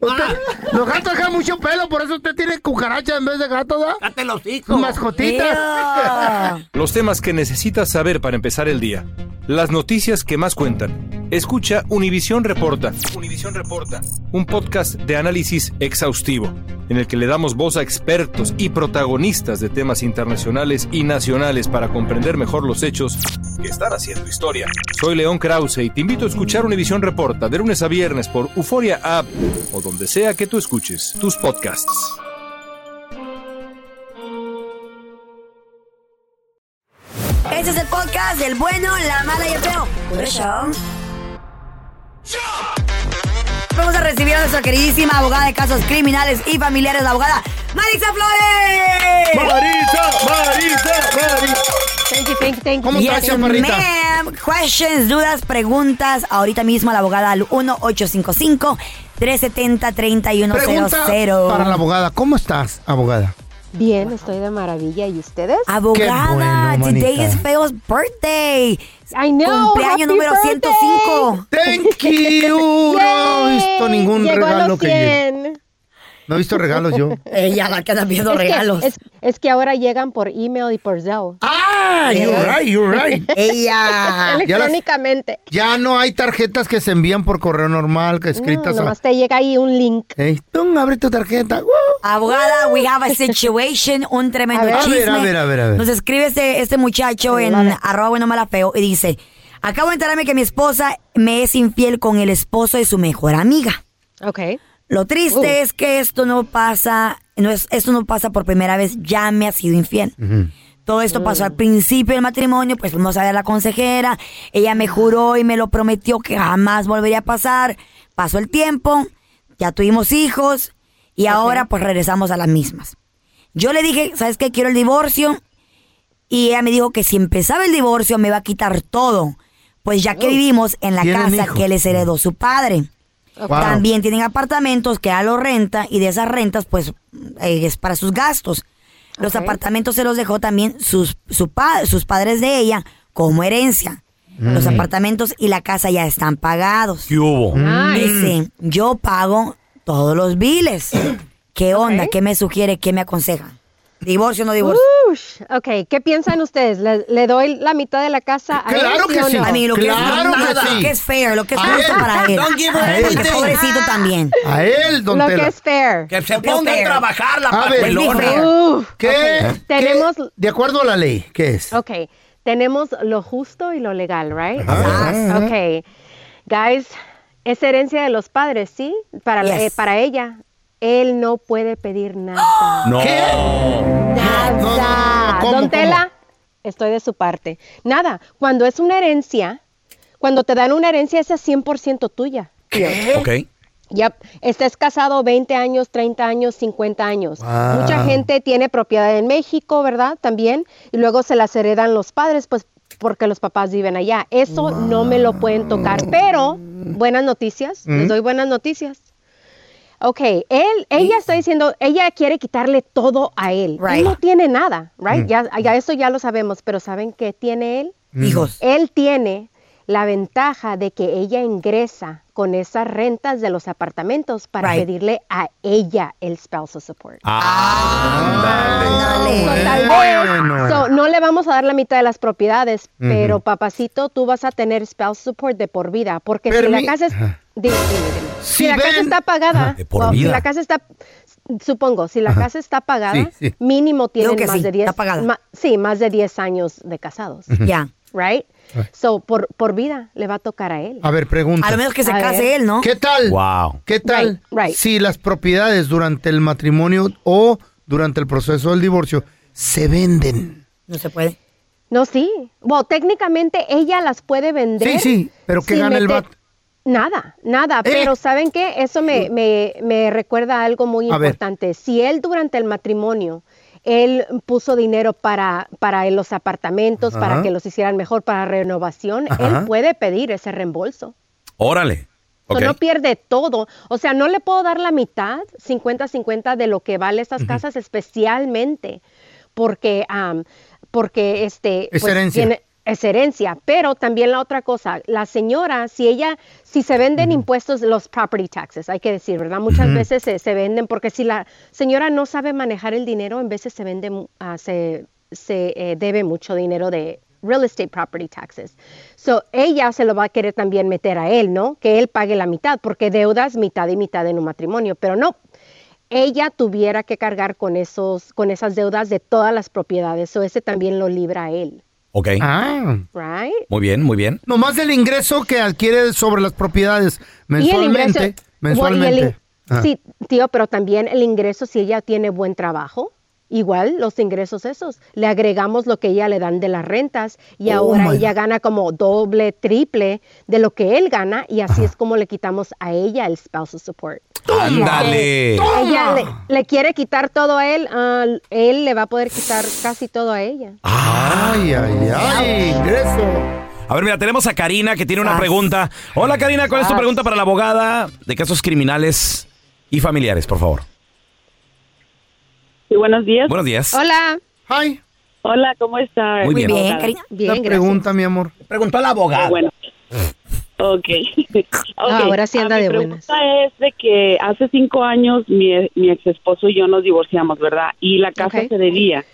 E: Usted- los gatos dejan mucho pelo, por eso usted tiene cucaracha en vez de gato, ¿da? Date los hijos. (laughs) Mascotitas.
O: Los temas que necesitas saber para empezar el día. Las noticias que más cuentan. Escucha Univisión Reporta.
A: Univisión reporta.
O: un podcast de análisis exhaustivo, en el que le damos voz a expertos y protagonistas de temas internacionales y nacionales para comprender mejor los hechos que están haciendo historia. Soy León Krause y te invito a escuchar Univisión Reporta de lunes a viernes por Euforia App o donde sea que tú escuches tus podcasts.
G: Ese Este es el podcast del bueno, la mala y el feo. Por eso. Vamos a recibir a nuestra queridísima abogada de casos criminales y familiares, la abogada Maritza Flores.
U: Maritza,
H: Thank you, thank you, thank you.
G: Yes, ma'am. Questions, dudas, preguntas. Ahorita mismo a la abogada al 1-855-370-3100.
E: Pregunta para la abogada. ¿Cómo estás, abogada?
V: Bien, estoy de maravilla. ¿Y ustedes?
G: Abogada, today is Feo's birthday.
V: I know.
G: Cumpleaños
H: Oh,
V: happy
G: número
V: birthday.
G: 105.
E: Thank you. No he visto ningún
V: Llegó a
E: regalo
V: los
E: que llegue.
V: 100.
E: No he visto regalos
D: (laughs)
E: yo.
G: Ella la que anda viendo
V: Es que-
G: regalos.
V: es, es que ahora llegan por email y por Zelle.
E: Ah, you're right, you're
H: (laughs)
V: (laughs)
E: right.
G: Ella.
E: Ya las-
V: Electrónicamente.
E: Ya no hay tarjetas que se envían por correo normal, que
V: No,
E: escritas a-
V: Mm, nomás te llega ahí un link.
E: Ey, tum, abre tu tarjeta. Uh.
G: Abogada, we
E: (laughs)
G: have a situation, un tremendo
E: A ver, a
G: chisme.
E: ver, a ver, a ver, a ver.
G: Nos escribe este, este muchacho en arroba bueno mala feo y dice, acabo de enterarme que mi esposa me es infiel con el esposo de su mejor amiga.
V: Ok.
G: Lo triste
E: Oh.
V: Uh.
G: es que esto no pasa, no es, esto no pasa por primera vez, ya me ha sido infiel. Todo esto pasó al principio del matrimonio, pues fuimos a ver a la consejera, ella me juró y me lo prometió que jamás volvería a pasar. Pasó el tiempo, ya tuvimos hijos y ahora pues regresamos a las mismas. Yo le dije, ¿sabes qué? Quiero el divorcio y ella me dijo que si empezaba el divorcio me iba a quitar todo, pues ya que vivimos en la
K: Tienen
G: casa
K: hijos.
G: que les heredó su padre.
K: Ok. Wow.
G: También tienen apartamentos que a lo renta y de esas rentas pues eh, es para sus gastos. Los
K: Ok.
G: apartamentos se los dejó también sus, su pa- sus padres de ella como herencia. Los
K: Mm.
G: apartamentos y la casa ya están pagados.
K: ¿Qué hubo?
G: Ah,
K: Nice.
G: Dice, yo pago todos los
K: (coughs)
G: biles. ¿Qué onda? ¿Qué me sugiere? ¿Qué me aconseja? ¿Divorcio o no divorcio?
V: Ush, ok, ¿qué piensan ustedes? ¿Le, le doy la mitad de la casa
K: Uh,
V: a él,
G: Claro
V: sí
G: que
V: o
G: sí.
V: no?
G: A mí lo que es Claro que nada, sí. lo que es fair, lo que es A justo él. para él. Don't give her A él. anything. Pobrecito también.
E: A él, don
V: Lo
E: Tela.
V: que es fair.
E: Que se
V: ponga a trabajar la
E: A ver, ¿Qué?
D: ¿Eh?
V: Tenemos,
E: qué- De acuerdo a la ley, ¿qué es?
V: ok, tenemos lo justo y lo legal, right? Ah,
E: Ajá.
V: Ok, guys, es herencia de los padres, ¿sí? Para, la-
K: Yes.
V: eh, para ella, él no puede pedir nada.
K: No.
E: Ah,
V: Nada.
K: ¿cómo,
V: Don Tela, estoy de su parte. Nada, cuando es una herencia, cuando te dan una herencia, esa es 100% tuya.
K: Ok.
V: Ya estés casado 20 años, 30 años, 50 años.
K: Wow.
V: Mucha gente tiene propiedad en México, ¿verdad? También. Y luego se las heredan los padres, pues porque los papás viven allá. Eso no me lo pueden tocar. Pero, buenas noticias,
K: ¿Mm?
V: les doy buenas noticias. Ok, él, ella está diciendo, ella quiere quitarle todo a él. Él no tiene nada, right?
K: Mm.
V: Ya, ya eso ya lo sabemos, pero ¿saben qué tiene él?
K: Hijos.
V: Él tiene la ventaja de que ella ingresa con esas rentas de los apartamentos para
K: Right.
V: pedirle a ella el spousal support. So, tal vez-
K: Bueno.
V: so, no le vamos a dar la mitad de las propiedades,
K: Ujú.
V: pero papacito, tú vas a tener spouse support de por vida, porque si la
K: Permi-
V: casa es- Dime, dime, dime.
K: Si
V: Si la casa
K: ven-
V: está pagada,
K: De por
V: o si
K: vida.
V: la casa está, supongo, si la
K: Ajá.
V: casa está pagada,
K: Sí, sí.
V: mínimo
K: Digo
V: tienen
K: que
V: más
K: sí,
V: de 10
K: está pagada.
V: ma- sí, más de 10 años de casados.
E: Ujú. Ya.
V: Right?
E: Right.
V: So, por, por vida le va a tocar a él.
E: A ver, pregunta.
V: A lo menos que se A case ver. él, ¿no?
E: ¿Qué tal?
D: Wow.
E: ¿Qué tal
V: Right, right.
E: si las propiedades durante el matrimonio o durante el proceso del divorcio se venden?
G: No se puede.
V: No, sí. Bueno, técnicamente ella las puede vender.
E: Sí, sí, pero ¿qué
V: sin
E: gana el
V: meter-
E: vato?
V: Nada,
K: Eh.
V: nada. Pero ¿saben qué? Eso me, me, me recuerda a algo muy
K: A ver.
V: importante. Si él durante el matrimonio, él puso dinero para, para los apartamentos, para
D: Ajá.
V: que los hicieran mejor, para renovación,
D: Ajá.
V: él puede pedir ese reembolso.
D: Órale.
V: So,
D: Ok.
V: No pierde todo. O sea, no le puedo dar la mitad, 50-50 de lo que vale esas
K: Ujú.
V: casas, especialmente porque, am, porque este,
K: Es herencia.
V: es herencia. Pero también la otra cosa, la señora, si ella, si se venden impuestos, los property taxes, hay que decir, ¿verdad? Muchas
K: Ujú.
V: veces se, se venden porque si la señora no sabe manejar el dinero, en veces se vende, mu- ah, se, se eh, debe mucho dinero de real estate property taxes. So, ella se lo va a querer también meter a él, ¿no? Que él pague la mitad, porque deudas mitad y mitad en un matrimonio, pero no. Ella tuviera que cargar con esos, con esas deudas de todas las propiedades, o ese también lo libra a él,
D: Ok.
V: right?
D: Muy bien, muy bien.
E: Ah. Nomás el ingreso que adquiere sobre las propiedades
V: Y el
E: mensualmente.
V: ingreso- bueno, y
E: mensualmente.
V: el in-
E: Ah.
V: Sí, tío, pero también el ingreso, si ella tiene buen trabajo, igual los ingresos esos. Le agregamos lo que ella le dan de las rentas y
K: Oh
V: ahora
K: my
V: ella gana como doble, triple de lo que él gana y así es como le quitamos a ella el spousal support.
D: Ándale.
V: Ella le, le quiere quitar todo a él, ah, él le va a poder quitar casi todo a ella.
E: Ay, ay, ay, ingreso.
D: A ver, mira, tenemos a Karina que tiene una pregunta. Hola, Karina, ¿cuál es tu
V: Sas.
D: pregunta para la abogada de casos criminales y familiares, por favor?
U: Sí,
M: Sí, buenos días.
D: Buenos días.
M: Hola.
E: Hi.
M: Hola, ¿cómo está?
D: Muy bien. Bien,
E: cari- Una pregunta, mi amor.
D: Preguntó la abogada.
M: Bueno. Ok.
V: Ah, ahora sí anda
M: Ah, mi
V: de
M: pregunta es de que hace cinco años mi, mi ex esposo y yo nos divorciamos, ¿verdad? Y la casa se debía,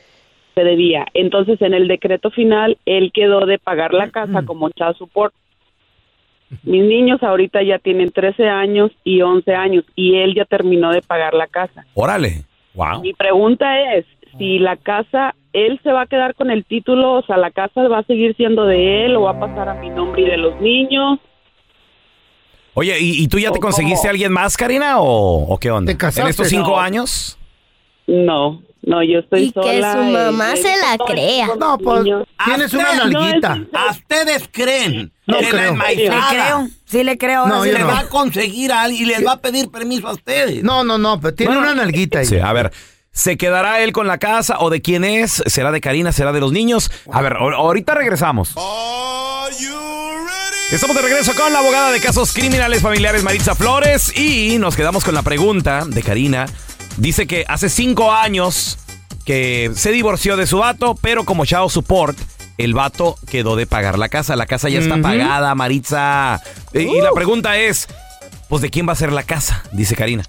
M: se debía. Entonces, en el decreto final, él quedó de pagar la casa como child support. Mis niños ahorita ya tienen 13 años y 11 años y él ya terminó de pagar la casa.
D: Órale. Wow.
M: Mi pregunta es, si la casa, él se va a quedar con el título, o sea, la casa va a seguir siendo de él o va a pasar a mi nombre y de los niños.
D: Oye, ¿y, y tú ya te conseguiste a alguien más, Karina, o, o qué onda? ¿En estos cinco
M: No.
D: años?
M: No, no, yo estoy
N: Y que
M: sola.
N: su
M: eh,
N: mamá
M: eh,
N: se la crea.
E: No, pues tienes una nalguita.
U: ¿A ustedes creen
E: No
U: que la
E: creo.
U: enmaizada
E: Le creo.
G: Sí, le creo.
E: ahora No, sí. yo
U: le
E: no.
U: va a conseguir a alguien y les va a pedir permiso a ustedes?
E: No, no, no, pero tiene una nalguita ahí.
D: Sí, a ver. ¿Se quedará él con la casa o de quién es? ¿Será de Karina? ¿Será de los niños? A ver, ahor- ahorita regresamos. Estamos de regreso con la abogada de casos criminales familiares Maritza Flores y nos quedamos con la pregunta de Karina. Dice que hace cinco años que se divorció de su vato, pero como Chao Support, el vato quedó de pagar la casa. La casa ya está
U: Ujú.
D: pagada, Maritza. E- Y la pregunta es, pues ¿de quién va a ser la casa? Dice Karina.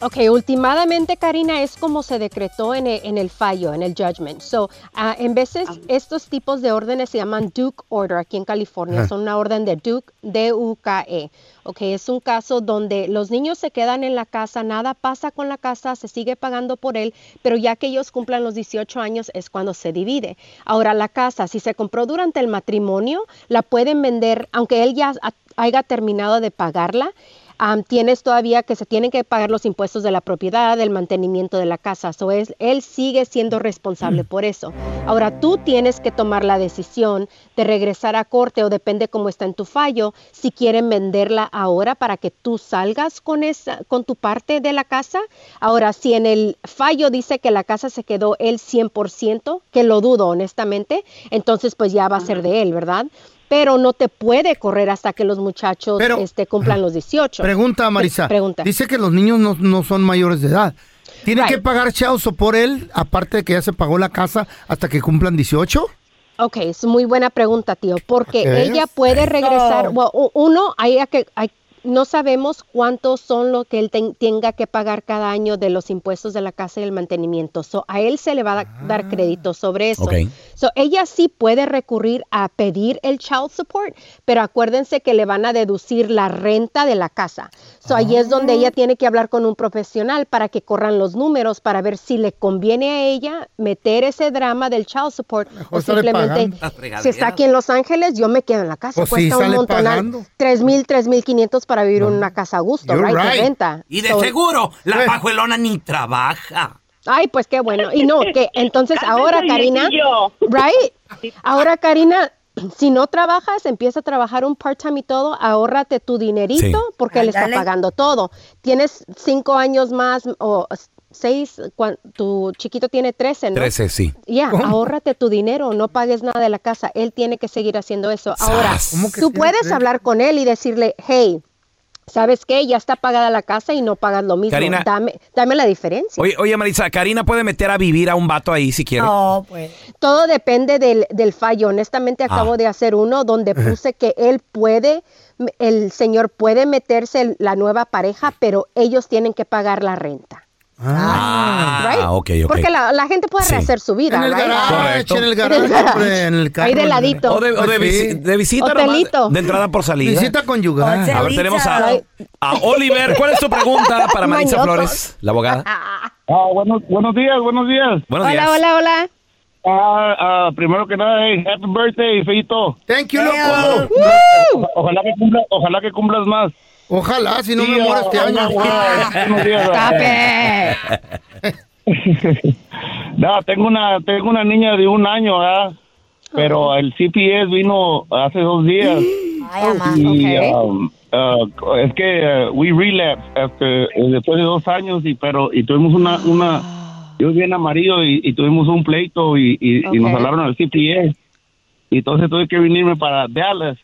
V: Ok, últimamente, Karina, es como se decretó en e- en el, fallo, en el judgment. So, ah, en veces, estos tipos de órdenes se llaman Duke Order aquí en California.
M: Ah.
V: Son una orden de Duke, D-U-K-E. E. Ok, es un caso donde los niños se quedan en la casa, nada pasa con la casa, se sigue pagando por él, pero ya que ellos cumplan los 18 años es cuando se divide. Ahora, la casa, si se compró durante el matrimonio, la pueden vender, aunque él ya ha- haya terminado de pagarla. Am, tienes todavía que se tienen que pagar los impuestos de la propiedad, del mantenimiento de la casa. So es, él sigue siendo responsable por eso. Ahora tú tienes que tomar la decisión de regresar a corte o depende cómo está en tu fallo, si quieren venderla ahora para que tú salgas con esa, con tu parte de la casa. Ahora, si en el fallo dice que la casa se quedó el 100%, que lo dudo honestamente, entonces pues ya va a ser de él, ¿verdad? Pero no te puede correr hasta que los muchachos este, cumplan los 18.
E: Pregunta,
V: Pre-
E: Marisa.
V: Pregunta.
E: Dice que los niños no, no son mayores de edad. ¿Tienen
V: Right.
E: que pagar chauzo por él, aparte de que ya se pagó la casa hasta que cumplan 18?
V: Ok, es muy buena pregunta, tío, porque
E: ¿Qué
V: ella
E: es?
V: puede regresar. bueno, u- uno, hay a que, hay- no sabemos cuántos son lo que él ten- tenga que pagar cada año de los impuestos de la casa y el mantenimiento. So, a él se le va a da- dar crédito sobre eso. So, ella sí puede recurrir a pedir el child support, pero acuérdense que le van a deducir la renta de la casa. So, Ahí es donde ella tiene que hablar con un profesional para que corran los números, para ver si le conviene a ella meter ese drama del child support o
E: sale
V: simplemente
E: pagando. Las
V: si está
E: fregaderas.
V: aquí en Los Ángeles, yo me quedo en la casa.
E: Pues sí,
V: Cuesta un
E: sale
V: montón.
E: pagando.
V: Tres mil, tres mil quinientos para vivir en una casa a gusto,
U: You're
V: right? De
U: right.
V: renta.
U: Y de
V: So-
U: seguro,
V: Eh.
U: la pajuelona ni trabaja.
V: Ay, pues qué bueno. Y no, que entonces ahora,
M: Cálmese,
V: Karina,
M: viejillo.
V: right? Ahora, Karina, si no trabajas, empieza a trabajar un part-time y todo, ahórrate tu dinerito
M: Sí.
V: porque le está
M: Ándale.
V: pagando todo. Tienes cinco años más o seis, cuan- tu chiquito tiene 13, ¿no?
D: Trece, sí.
V: Ya,
D: ¿Cómo?
V: ahórrate tu dinero, no pagues nada de la casa. Él tiene que seguir haciendo eso. Ahora,
D: ¿Cómo que
V: tú
D: tiene
V: puedes
D: que-
V: hablar con él y decirle, hey, ¿sabes qué? Ya está pagada la casa y no pagas lo mismo.
D: Karina.
V: dame, dame la diferencia.
D: Oye, oye, Marisa, Karina puede meter a vivir a un vato ahí si quiere.
V: pues. Todo depende del, del fallo. Honestamente,
D: Ah.
V: acabo de hacer uno donde puse que él puede, el señor puede meterse en la nueva pareja, pero ellos tienen que pagar la renta.
D: Ah,
V: Right?
D: ok, ok.
V: Porque la, la gente puede
D: Sí.
V: rehacer su vida.
E: En el
V: right?
E: garage,
D: Correcto.
E: en Ah, el garage,
V: En el garage.
E: hombre, en el carro.
V: Ah. Ahí de
E: en el- Pues
V: ladito.
D: O de, o de visi- de visita nomás,
V: Hotelito.
D: de entrada por salida.
E: Visita conyugal.
D: A ver,
E: Hotelito.
D: tenemos a, a Oliver. ¿Cuál es tu pregunta para (laughs) Marisa
V: Mañosos.
D: Flores, la abogada?
W: Ah, buenos, buenos días, buenos días.
D: Buenos Hola, días.
V: hola, hola.
W: Ah, ah, primero que nada, hey, happy birthday, Feito.
E: Thank you, loco.
W: O- Ojalá que, cumpla, ojalá que cumplas más. ah,
E: Ojalá, si no me muero este año.
W: buenos días. ah. (laughs) No, tengo una, tengo una niña de un año, ¿ah? Pero el CPS vino hace dos días. Y, um, uh, es que uh, we relapsed after- después de dos años y pero y tuvimos una una yo bien amarillo y, y tuvimos un pleito y, y- y nos
X: Ok.
W: hablaron al CPS y entonces tuve que venirme para Dallas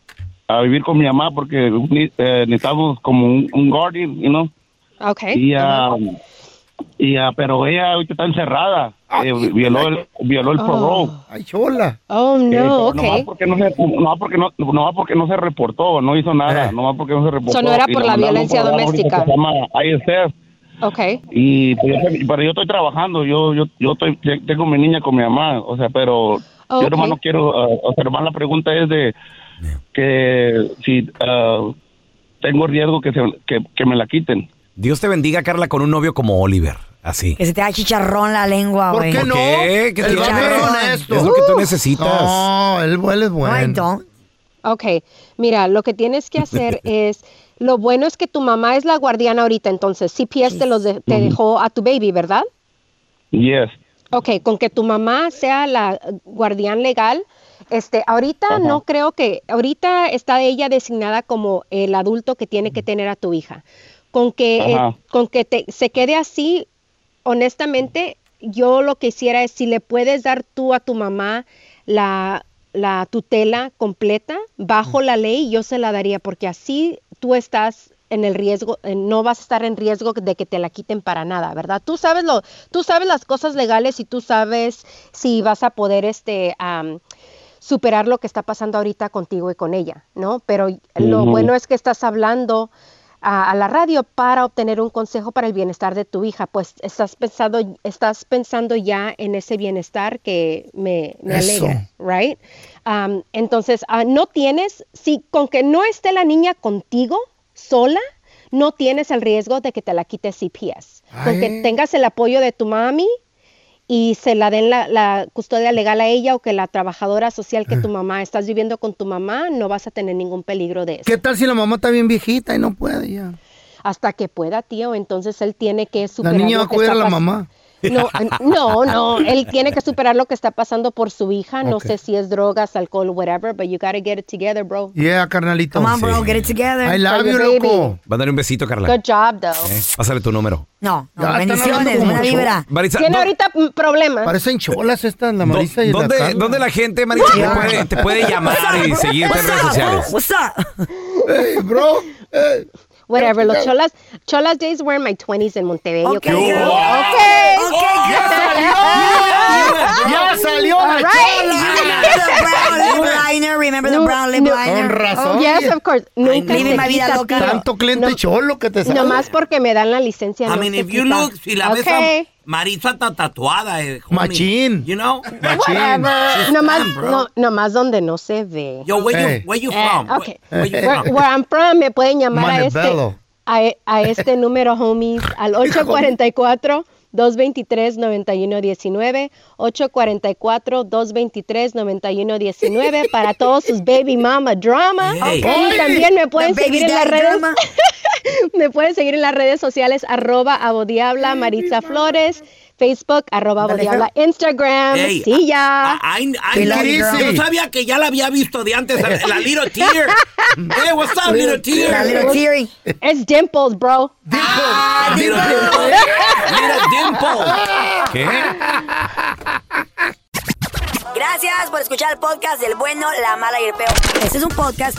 W: a vivir con mi mamá porque eh, necesitamos como un, un guardian, you know.
V: Ok.
W: Y, ah, Y, ah, pero ella ahorita está encerrada.
V: Ah.
W: Eh, violó el, violó el parole.
E: Oh. Ay, chola.
V: Oh,
W: Eh,
V: no,
W: pero nomás
V: ok.
W: porque no, se, nomás porque no, nomás porque no se reportó, no hizo nada, nomás porque no se reportó.
V: So, no era
W: Y
V: por
W: le
V: la
W: mandaron un
V: violencia
W: programa ahorita que se
V: doméstica.
W: llama ISF.
V: Ok.
W: Y pues, yo te- pero yo estoy trabajando, yo yo yo estoy tengo mi niña con mi mamá, o sea, pero
V: Oh,
W: yo nomás
V: ok.
W: no quiero, ah, o sea, nomás la pregunta es de que si ah, tengo riesgo que se que, que me la quiten.
D: Dios te bendiga, Carla, con un novio como Oliver. Así.
G: Que se te da chicharrón la lengua, güey.
D: ¿Por qué? ¿Qué
G: El
D: tiene?
G: chicharrón.
D: Es lo que tú necesitas.
E: No, él huele bueno.
D: I
V: Ok, mira, lo que tienes
D: (laughs)
V: que hacer es, lo bueno es que tu mamá es la guardiana ahorita, entonces CPS te, los de- te dejó a tu baby, ¿verdad?
W: Yes.
V: Ok, con que tu mamá sea la guardián legal, este, ahorita no creo que, ahorita está ella designada como el adulto que tiene que tener a tu hija. Con que, eh,
N: Ajá.
V: con que te- se quede así, honestamente, yo lo que hiciera es si le puedes dar tú a tu mamá la, la tutela completa bajo la ley, yo se la daría, porque así tú estás en el riesgo, eh, no vas a estar en riesgo de que te la quiten para nada, ¿verdad? Tú sabes lo, tú sabes las cosas legales y tú sabes si vas a poder este am, superar lo que está pasando ahorita contigo y con ella, ¿no? Pero lo
N: Ujú.
V: bueno es que estás hablando a, a la radio para obtener un consejo para el bienestar de tu hija, pues estás pensando, estás pensando ya en ese bienestar que me, me
N: Eso.
V: alegra, right? Um, entonces, ah, no tienes, si con que no esté la niña contigo sola, no tienes el riesgo de que te la quite CPS. Con que
N: Ay.
V: tengas el apoyo de tu mami y se la den la, la custodia legal a ella o que la trabajadora social
E: Mm.
V: que tu mamá estás viviendo con tu mamá, no vas a tener ningún peligro de eso
E: ¿Qué tal si la mamá está bien viejita y no puede ya?
V: hasta que pueda, tío. Entonces él tiene que
E: La
V: superar.
E: niña va
V: lo
E: a
V: que
E: cuidar a
V: está
E: la
V: pas-
E: mamá.
V: No, no, no.
E: (laughs)
V: Él tiene que superar lo que está pasando por su hija. No
E: Ok.
V: sé si es drogas, alcohol, whatever, but you gotta get it together, bro.
E: Yeah, carnalito.
V: Come on, bro,
E: Sí.
V: get it together.
E: I love
V: For
E: you,
V: your
E: loco.
D: Mándale un besito, Carla.
V: Good job, though.
D: Eh, Pásale tu número.
G: No,
E: Ya, están hablando
G: bendiciones,
E: como
G: buena
E: yo.
G: vibra.
D: Maritza,
V: Tiene
D: ¿dó-
V: ahorita mm, problemas.
E: Parecen cholas estas, la Marisa y la
D: ¿dónde,
E: Carla.
D: dónde la gente, Maritza, te puede, te puede llamar y seguirte en redes sociales?
G: What's up?
E: Hey, bro.
V: Whatever, los cholas, cholas days were in my 20s en Montevideo.
E: Okay,
V: California.
E: girl.
V: Okay.
E: ya salió. Ya salió la
V: All
G: right. liner, remember the brown lip liner?
E: Con razón.
V: Oh, yes, of course. Nunca
G: living
V: se
G: my vida
V: quita,
G: loca.
V: tío.
E: Tanto cliente cholo que te sale.
V: Nomás porque me dan la licencia.
U: I
V: no
U: mean,
V: se
U: if you
V: quita.
U: look, si la ves
V: Okay.
U: a Maritza está tatuada, eh, homie.
E: Machín.
U: You know?
V: Whatever.
U: She's
V: Nomás,
U: fine, bro.
V: no, nomás donde no se ve.
U: Yo, where you- Hey. where you from?
V: Eh, okay.
U: Where- where you
V: Where-
U: from?
V: where I'm from, me pueden llamar a este,
U: Montebello.
V: a,
N: (laughs)
V: a este número, homies, al 844. 223-9119, 844-223-9119 para todos sus baby mama drama.
N: Hey.
V: Y también me pueden
N: The baby
V: seguir en las
N: daddy
V: redes.
N: drama.
V: (laughs) Me pueden seguir en las redes sociales arroba abodiabla Maritza Flores, Facebook arroba abodiabla, Instagram.
U: Ey,
V: sí,
N: Ah,
V: ya.
U: Ay, ay, no, yo sabía que ya la había visto de antes, la, la Little Tear. Hey, what's
N: ah,
U: up, Little Tear?
V: Es Dimples, bro.
U: Ah, Little Dimple. Little Dimple.
G: Gracias por escuchar el podcast del bueno, la mala y el peor. Este es un podcast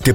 Y: ¿Te